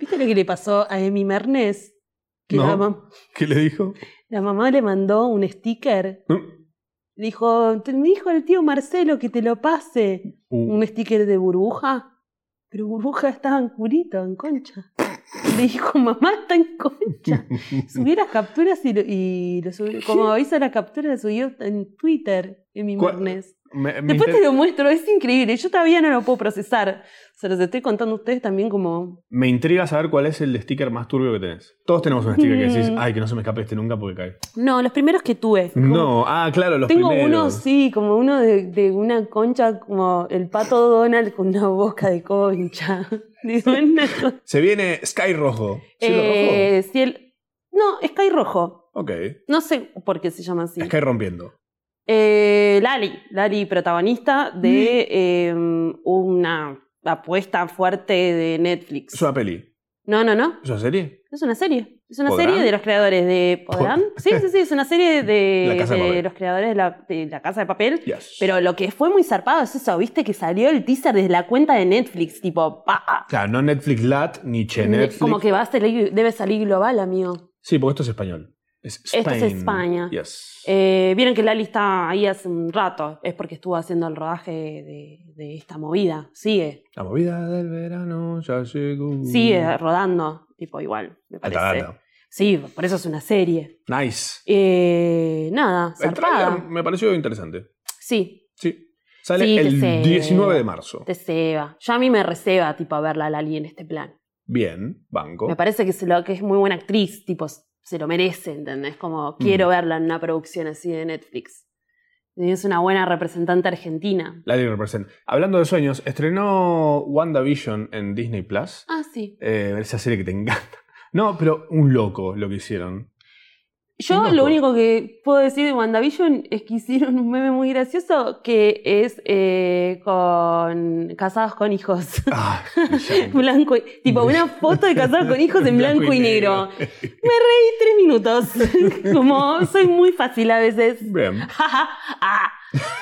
S2: ¿Viste lo que le pasó a Emi Mernes? Que
S1: No.
S2: la, mam-
S1: ¿Qué le dijo?
S2: la mamá le mandó un sticker. Le Dijo, te me dijo el tío Marcelo que te lo pase.
S1: Uh,
S2: Un sticker de burbuja. Pero burbuja estaba en curito, en concha. Le dijo, mamá está en concha. Subí las capturas y lo, y lo subí. Como hizo la captura, la subió en Twitter, Emi
S1: ¿Cuál?
S2: Mernes.
S1: me- me
S2: Después
S1: inter-
S2: te lo muestro, es increíble. Yo todavía no lo puedo procesar. Se los estoy contando a ustedes también como...
S1: Me intriga saber cuál es el sticker más turbio que tenés. Todos tenemos un sticker que decís,
S2: Mm.
S1: ay, que no se me escape este nunca porque cae.
S2: No, los primeros que tuve. como-
S1: No, ah, claro, los
S2: Tengo
S1: primeros.
S2: uno, sí, como uno de, de una concha, como el pato Donald con una boca de concha. De una co-
S1: Se viene Sky Rojo. ¿Cielo
S2: Eh, ciel- No, Sky
S1: rojo?
S2: Rojo.
S1: Ok.
S2: No sé por qué se llama así.
S1: Sky rompiendo.
S2: Eh, Lali, Lali, protagonista de eh,
S1: Mm.
S2: una apuesta fuerte de Netflix.
S1: ¿Es una peli?
S2: No, no, no.
S1: ¿Es una serie?
S2: Es una serie. Es una
S1: ¿Podrán?
S2: serie de los creadores de. ¿Podrán? Sí, sí, sí, es una serie de,
S1: La Casa de
S2: de
S1: Papel.
S2: los creadores de la, de La Casa de Papel.
S1: Yes.
S2: Pero lo que fue muy zarpado es eso, viste, que salió el teaser desde la cuenta de Netflix, tipo, pa, pa.
S1: Claro, no Netflix Lat ni Che Netflix.
S2: Como que va a salir, debe salir global, amigo.
S1: Sí, porque esto es español. Es
S2: Esto es
S1: Spain.
S2: España.
S1: Yes.
S2: Eh, Vieron que Lali está ahí hace un rato, es porque estuvo haciendo el rodaje de, de esta movida. Sigue,
S1: La movida del verano ya llegó.
S2: sigue rodando, tipo, igual, me
S1: Mm. Alta
S2: eh, parece.
S1: data.
S2: Sí, por eso es una serie.
S1: Nice.
S2: Eh, nada,
S1: El tráiler
S2: zarpada.
S1: me pareció interesante.
S2: Sí,
S1: Sí. Sale
S2: Sí, que
S1: el
S2: se-
S1: 19 de marzo.
S2: Te ceba. Yo a mí me receba, tipo, a verla a Lali en este plan.
S1: Bien, banco.
S2: Me parece que, se lo, que es muy buena actriz, tipo, se lo merece, ¿entendés? Como quiero
S1: Mm.
S2: verla en una producción así de Netflix. Y es una buena representante argentina.
S1: Lali represent. Hablando de sueños, estrenó WandaVision en Disney Plus.
S2: Ah, sí.
S1: Eh, esa serie que te encanta. No, pero un loco lo que hicieron.
S2: Yo
S1: Loco.
S2: lo único que puedo decir de WandaVision es que hicieron un meme muy gracioso que es eh, con casados con hijos.
S1: Ah, brillante.
S2: blanco y- tipo una foto de casados con hijos en blanco, y negro. Y tres minutos. Como soy muy fácil a veces.
S1: Bien.
S2: Ah,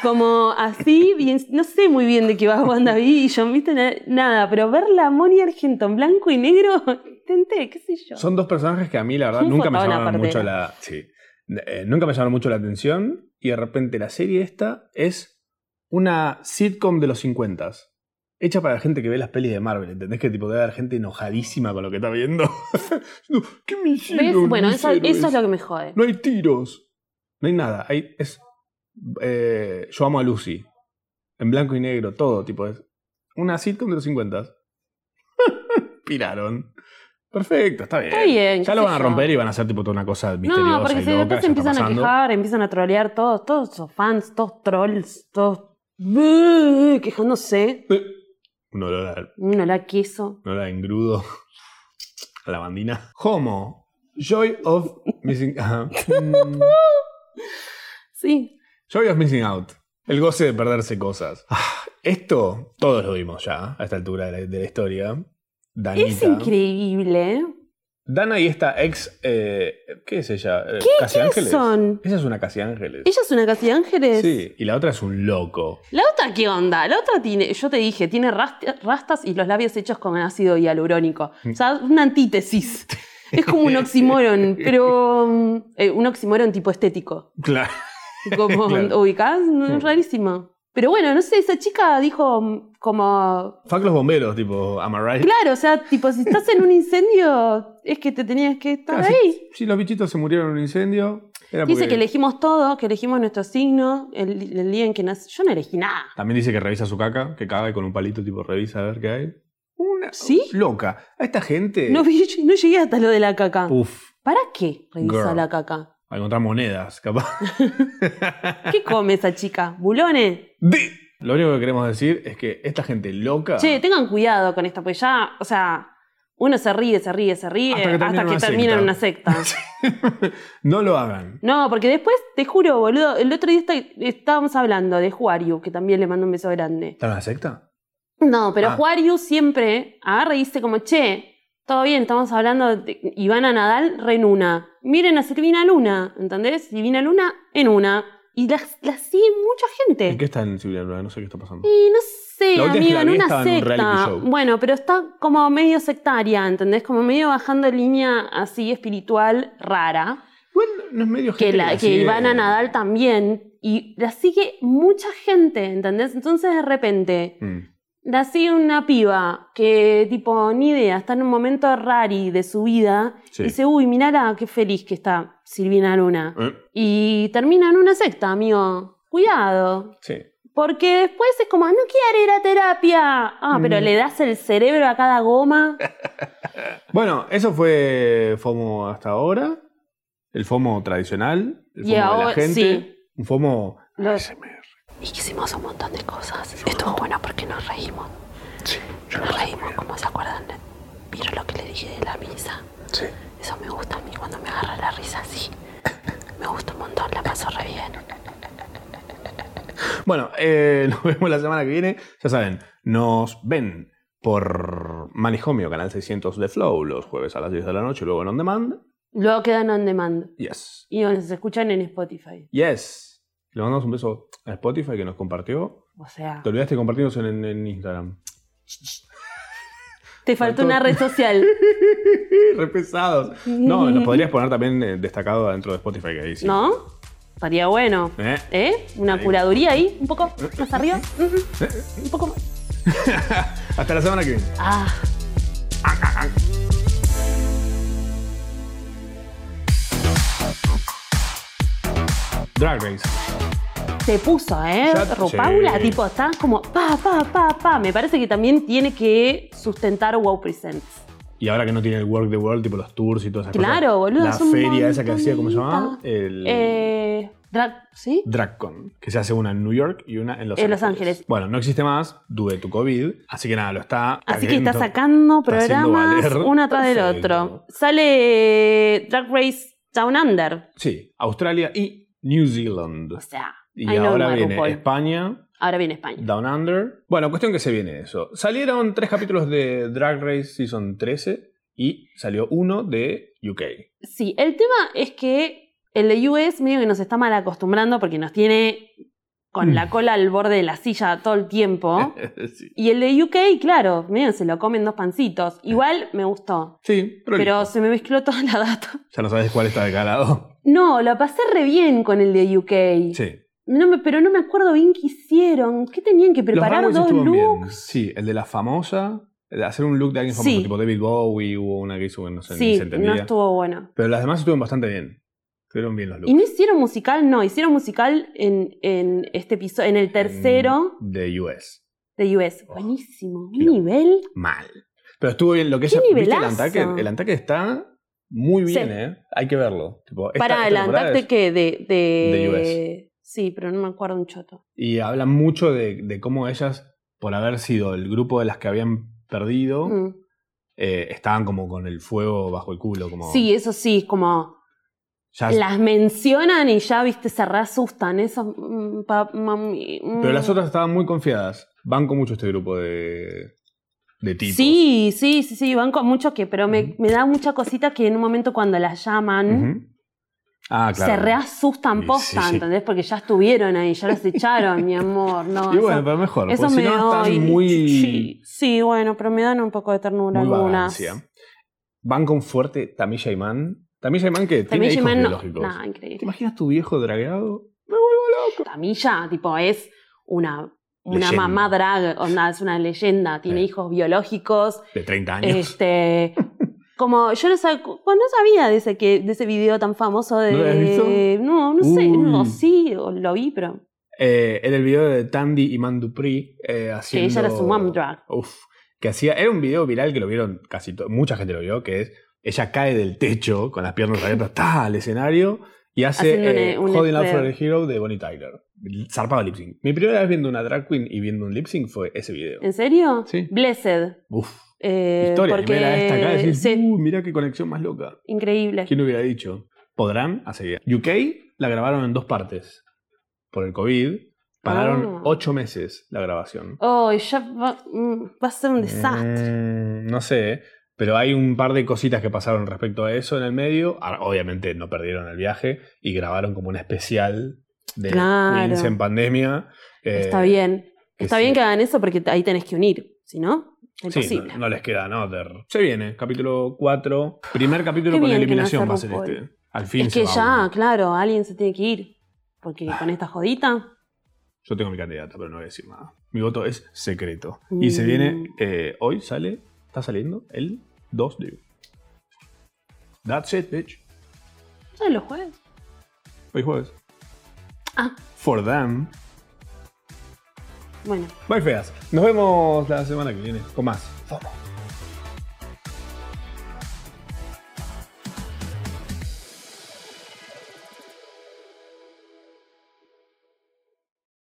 S2: como así, bien, no sé muy bien de qué va WandaVision, ¿viste? Na- Nada, pero ver la Moni Argento en blanco y negro, tenté, qué sé yo.
S1: Son dos personajes que a mí, la verdad,
S2: Un
S1: nunca me
S2: fotón
S1: llamaron
S2: aparte.
S1: mucho la. Sí. Eh, nunca me llamaron mucho la atención. Y de repente la serie esta es una sitcom de los 50 Hecha para la gente que ve las pelis de Marvel, ¿entendés? Que tipo debe haber gente enojadísima con lo que está viendo. No, ¿Qué me hicieron?
S2: ¿Ves? Bueno,
S1: mis
S2: eso, eso
S1: héroes?
S2: es lo que me jode.
S1: No hay tiros. No hay nada. Hay, es, eh, yo amo a Lucy. En blanco y negro, todo tipo. Es una sitcom de los 50. Piraron. Perfecto, está bien.
S2: Está bien,
S1: Ya
S2: qué
S1: lo
S2: sé
S1: van a
S2: yo.
S1: romper y van a hacer tipo toda una cosa misteriosa
S2: No, porque
S1: y
S2: se,
S1: loca.
S2: después se
S1: ya está
S2: empiezan a
S1: pasando.
S2: quejar, empiezan a trolear todos, todos esos fans, todos trolls, todos "Buh", quejándose.
S1: Eh, Un olor a-
S2: No la quiso.
S1: un olor a engrudo. A la bandina. Homo. Joy of missing. ajá. Mm.
S2: Sí.
S1: Joy of Missing Out. El goce de perderse cosas. Ah, Esto todos lo vimos ya a esta altura de la, de la historia. Danita.
S2: Es increíble. ¿eh?
S1: Dana y esta ex. eh, ¿Qué es ella? Eh, ¿Casi Ángeles?
S2: son?
S1: Ella es una Casi Ángeles.
S2: Ella es una casi ángeles.
S1: Sí, y la otra es un loco.
S2: La otra, ¿qué onda? La otra tiene, yo te dije, tiene rast- rastas y los labios hechos con ácido hialurónico. O sea, una antítesis. Es como un oxímoron, pero mm, eh, un oxímoron tipo estético.
S1: Claro.
S2: Como
S1: Claro.
S2: ubicás, No, es
S1: Mm.
S2: rarísimo. Pero bueno, no sé, esa chica dijo mm, como,
S1: Fuck los bomberos, tipo, am I right?
S2: claro, o sea, tipo, si estás en un incendio, es que te tenías que estar
S1: Claro,
S2: ahí.
S1: si, si los bichitos se murieron en un incendio, era
S2: Dice
S1: porque-
S2: que elegimos todo, que elegimos nuestro signo, el, el día en que nací. Yo no elegí nada.
S1: También dice que revisa su caca, que caga y con un palito, tipo, revisa a ver qué hay. Un una
S2: ¿Sí?
S1: loca. A esta gente.
S2: No, vi- no llegué hasta lo de la caca.
S1: Uf,
S2: ¿Para qué revisa
S1: Uh, Girl.
S2: la caca?
S1: a encontrar monedas, capaz.
S2: ¿Qué come esa chica? ¿Bulones?
S1: De- Lo único que queremos decir es que esta gente loca.
S2: Che, tengan cuidado con esto, porque ya, o sea, uno se ríe, se ríe, se ríe,
S1: Hasta que termina
S2: hasta
S1: en
S2: que
S1: una
S2: termina en una
S1: secta.
S2: secta.
S1: no lo hagan.
S2: No, porque después, te juro, boludo, el otro día está- estábamos hablando de Juarius, que también le mando un beso grande.
S1: ¿Está en la secta?
S2: No, pero
S1: Ah.
S2: Juarius siempre agarra y dice como, che, todo bien, estamos hablando de Ivana Nadal, re en una. Miren a Silvina Luna, ¿entendés? Silvina Luna en una. Y la, la sigue mucha gente.
S1: ¿En qué está en Silvia Luna? No sé qué está pasando.
S2: Y no sé,
S1: La última vez que
S2: amigo,
S1: la
S2: en
S1: vi
S2: una
S1: estaba en un reality
S2: secta.
S1: show.
S2: bueno, pero está como medio sectaria, ¿entendés? Como medio bajando línea así espiritual rara.
S1: Bueno, no es medio
S2: Que,
S1: gente
S2: la, que
S1: sigue-
S2: Ivana Nadal también. Y la sigue mucha gente, ¿entendés? Entonces de repente
S1: Mm.
S2: la sigue una piba que tipo, ni idea, está en un momento rari de su vida.
S1: Sí.
S2: Y dice, uy, mirala, qué feliz que está Silvina Luna.
S1: Eh,
S2: Y termina en una secta, amigo. Cuidado.
S1: Sí.
S2: Porque después es como, no quiero ir a terapia. Ah, pero
S1: Mm.
S2: le das el cerebro a cada goma.
S1: Bueno, eso fue FOMO hasta ahora. El FOMO tradicional, el FOMO
S2: Y
S1: de la
S2: ahora-
S1: gente.
S2: sí.
S1: Un FOMO
S2: Los-
S1: ASMR.
S2: Y que hicimos un montón de cosas. Estuvo bueno porque nos reímos. nos reímos, como se acuerdan. ¿Vieron lo que le dije de la misa?
S1: Sí.
S2: Eso me gusta a mí cuando me agarra la risa así. Me gusta un montón, la paso re bien.
S1: Bueno, eh, nos vemos la semana que viene. Ya saben, nos ven por Manijomio, canal 600 de Flow, los jueves a las 10 de la noche, luego en On Demand.
S2: Luego quedan on demand.
S1: Yes.
S2: Y nos escuchan en Spotify.
S1: Yes. Le mandamos un beso a Spotify que nos compartió.
S2: O sea,
S1: Te olvidaste de compartirnos en, en- en Instagram.
S2: te faltó
S1: faltó-
S2: una red social.
S1: Re pesados. No, nos podrías poner también eh, destacado dentro de Spotify que ahí sí.
S2: ¿No? Estaría bueno.
S1: Eh.
S2: ¿Eh? Una
S1: Ahí.
S2: curaduría ahí, un poco más arriba.
S1: Eh.
S2: Ujú. Un poco más.
S1: Hasta la semana que viene.
S2: Ah.
S1: Drag Race.
S2: se puso, ¿eh?
S1: Ya-
S2: Ropaula,
S1: sí.
S2: tipo, está como pa, pa, pa, pa. Me parece que también tiene que sustentar Wow Presents.
S1: Y ahora que no tiene el Work the World, tipo los tours y todas esas
S2: Claro,
S1: cosas.
S2: boludo,
S1: La
S2: es un
S1: feria esa que
S2: montón
S1: hacía,
S2: de
S1: ¿cómo se
S2: guita.
S1: llamaba? El
S2: Eh, drag, ¿Sí?
S1: DragCon, que se hace una en New York y una en Los
S2: En
S1: Ángeles.
S2: Los Ángeles.
S1: Bueno, no existe más, dude tu COVID, así que nada, lo está.
S2: Así que está
S1: haciendo-
S2: sacando
S1: está haciendo
S2: programas
S1: valer.
S2: uno atrás del
S1: Perfecto.
S2: otro. Sale eh, Drag Race Down Under.
S1: Sí, Australia y New Zealand.
S2: O sea,
S1: Y
S2: ahí no
S1: ahora
S2: va
S1: viene
S2: RuPaul.
S1: España,
S2: ahora viene España.
S1: Down Under. Bueno, cuestión que se viene eso. Salieron tres capítulos de Drag Race Season 13 y salió uno de UK.
S2: Sí, el tema es que el de US medio que nos está mal acostumbrando porque nos tiene con
S1: Mm.
S2: la cola al borde de la silla todo el tiempo.
S1: sí.
S2: Y el de UK, claro, miren, se lo comen dos pancitos. Igual me gustó,
S1: Sí, pero,
S2: pero se me mezcló toda la data.
S1: ya no sabes cuál está de cada lado.
S2: No, la pasé re bien con el de UK.
S1: Sí.
S2: No me, pero no me acuerdo bien qué hicieron. ¿Qué tenían que preparar?
S1: Los Runaways
S2: ¿Dos
S1: estuvieron bien.
S2: looks?
S1: Sí, el de la famosa. el de hacer un look de alguien famoso,
S2: Sí.
S1: tipo David Bowie, hubo una que hizo que no sé, ni
S2: Sí,
S1: se entendía.
S2: no estuvo bueno.
S1: Pero las demás estuvieron bastante bien. Estuvieron bien los looks.
S2: ¿Y no hicieron musical? No, hicieron musical en, en este episodio, en el tercero
S1: De US.
S2: de US.
S1: Oh,
S2: Buenísimo. Un
S1: qué loco.
S2: nivel.
S1: Mal. Pero estuvo bien lo que ella.
S2: ¡Qué
S1: ¿Viste el
S2: nivelazo!
S1: ataque? El ataque está muy bien,
S2: Sí.
S1: ¿eh? Hay que verlo. Tipo, esta-
S2: Para
S1: esta
S2: el
S1: temporada
S2: Antártida
S1: es-
S2: que de, de.
S1: de
S2: Sí, pero no me acuerdo un choto.
S1: Y hablan mucho de, de cómo ellas, por haber sido el grupo de las que habían perdido,
S2: Mm.
S1: eh, estaban como con el fuego bajo el culo. Como
S2: Sí, eso sí, es como.
S1: ya-
S2: Las mencionan y ya, viste, se reasustan. Eso, mm, pa- mami, mm.
S1: Pero las otras estaban muy confiadas. Banco mucho este grupo de, de tipos.
S2: Sí, sí, sí, sí, van con mucho que, pero me,
S1: Ujú.
S2: me da mucha cosita que en un momento cuando las llaman,
S1: Ujú. Ah, claro.
S2: se reasustan
S1: Y
S2: posta,
S1: sí.
S2: ¿entendés? Porque ya estuvieron ahí, ya las echaron, mi amor. No,
S1: Y
S2: eso-
S1: bueno, pero mejor.
S2: eso,
S1: porque si
S2: me
S1: no,
S2: da.
S1: están
S2: y-
S1: muy.
S2: Sí, sí, bueno, pero me dan un poco de ternura
S1: muy
S2: algunas.
S1: vagancia. Van con fuerte Tamisha Iman. Tamisha Iman que tiene
S2: Tamilla y
S1: hijos
S2: Man, no,
S1: biológicos.
S2: no,
S1: ¿Te
S2: increíble.
S1: imaginas tu viejo dragueado?
S2: Tamilla, tipo, es una. Una
S1: Leyenda.
S2: mamá drag, onda, es una leyenda, tiene
S1: Eh.
S2: hijos biológicos,
S1: De 30 años.
S2: Este, como yo no, sab- bueno, no sabía de ese, que, de ese video tan famoso de...
S1: ¿No lo habías visto?
S2: No, no sé,
S1: Uy.
S2: no, sí, o lo vi, pero...
S1: Eh, en el video de Tandy Iman Dupri eh, haciendo...
S2: ella era su mom drag.
S1: Uf. que hacía, era un video viral que lo vieron casi to- mucha gente lo vio, que es ella cae del techo con las piernas abiertas, está al escenario y
S2: Haciendo un- e-,
S1: hace eh,
S2: un
S1: Holding Out for
S2: square.
S1: a Hero de Bonnie Tyler. Zarpado lip sync. Mi primera vez viendo una drag queen y viendo un lip sync fue ese video.
S2: ¿En serio?
S1: Sí.
S2: Blessed.
S1: Uf,
S2: eh,
S1: historia
S2: porque...
S1: primera de esta acá. Decís,
S2: sí,
S1: "Uh, mirá qué conexión más loca.
S2: increíble.
S1: ¿Quién hubiera dicho? Podrán hacer UK la grabaron en dos partes. Por el COVID, pararon
S2: Ah.
S1: ocho meses la grabación.
S2: Oh, ya va, mm, va a
S1: Eh,
S2: ser un desastre.
S1: Mm, no sé, pero hay un par de cositas que pasaron respecto a eso en el medio. Ah, Obviamente no perdieron el viaje y grabaron como un especial de
S2: Claro.
S1: Queens en pandemia. eh,
S2: Está bien.
S1: que
S2: Está
S1: sí.
S2: bien que hagan eso porque ahí tenés que unir. Si no, es
S1: Sí,
S2: imposible.
S1: no, no les queda no Ter. Se viene, capítulo 4. Primer capítulo
S2: Ah, Qué
S1: con
S2: bien que no
S1: eliminación
S2: hace
S1: va a ser
S2: RuPaul.
S1: este. Al fin
S2: es
S1: se
S2: que
S1: va
S2: ya,
S1: uno.
S2: claro, alguien se tiene que ir. Porque con esta jodita.
S1: Yo tengo mi candidata, pero no voy a decir nada. Mi voto es secreto. Y se
S2: Mm.
S1: viene, eh, hoy sale, está saliendo el 2 de... That's it, bitch.
S2: Ya los jueves.
S1: Hoy jueves.
S2: Ah,
S1: For them.
S2: bueno.
S1: Bye feas. Nos vemos la semana que viene con más. Vamos.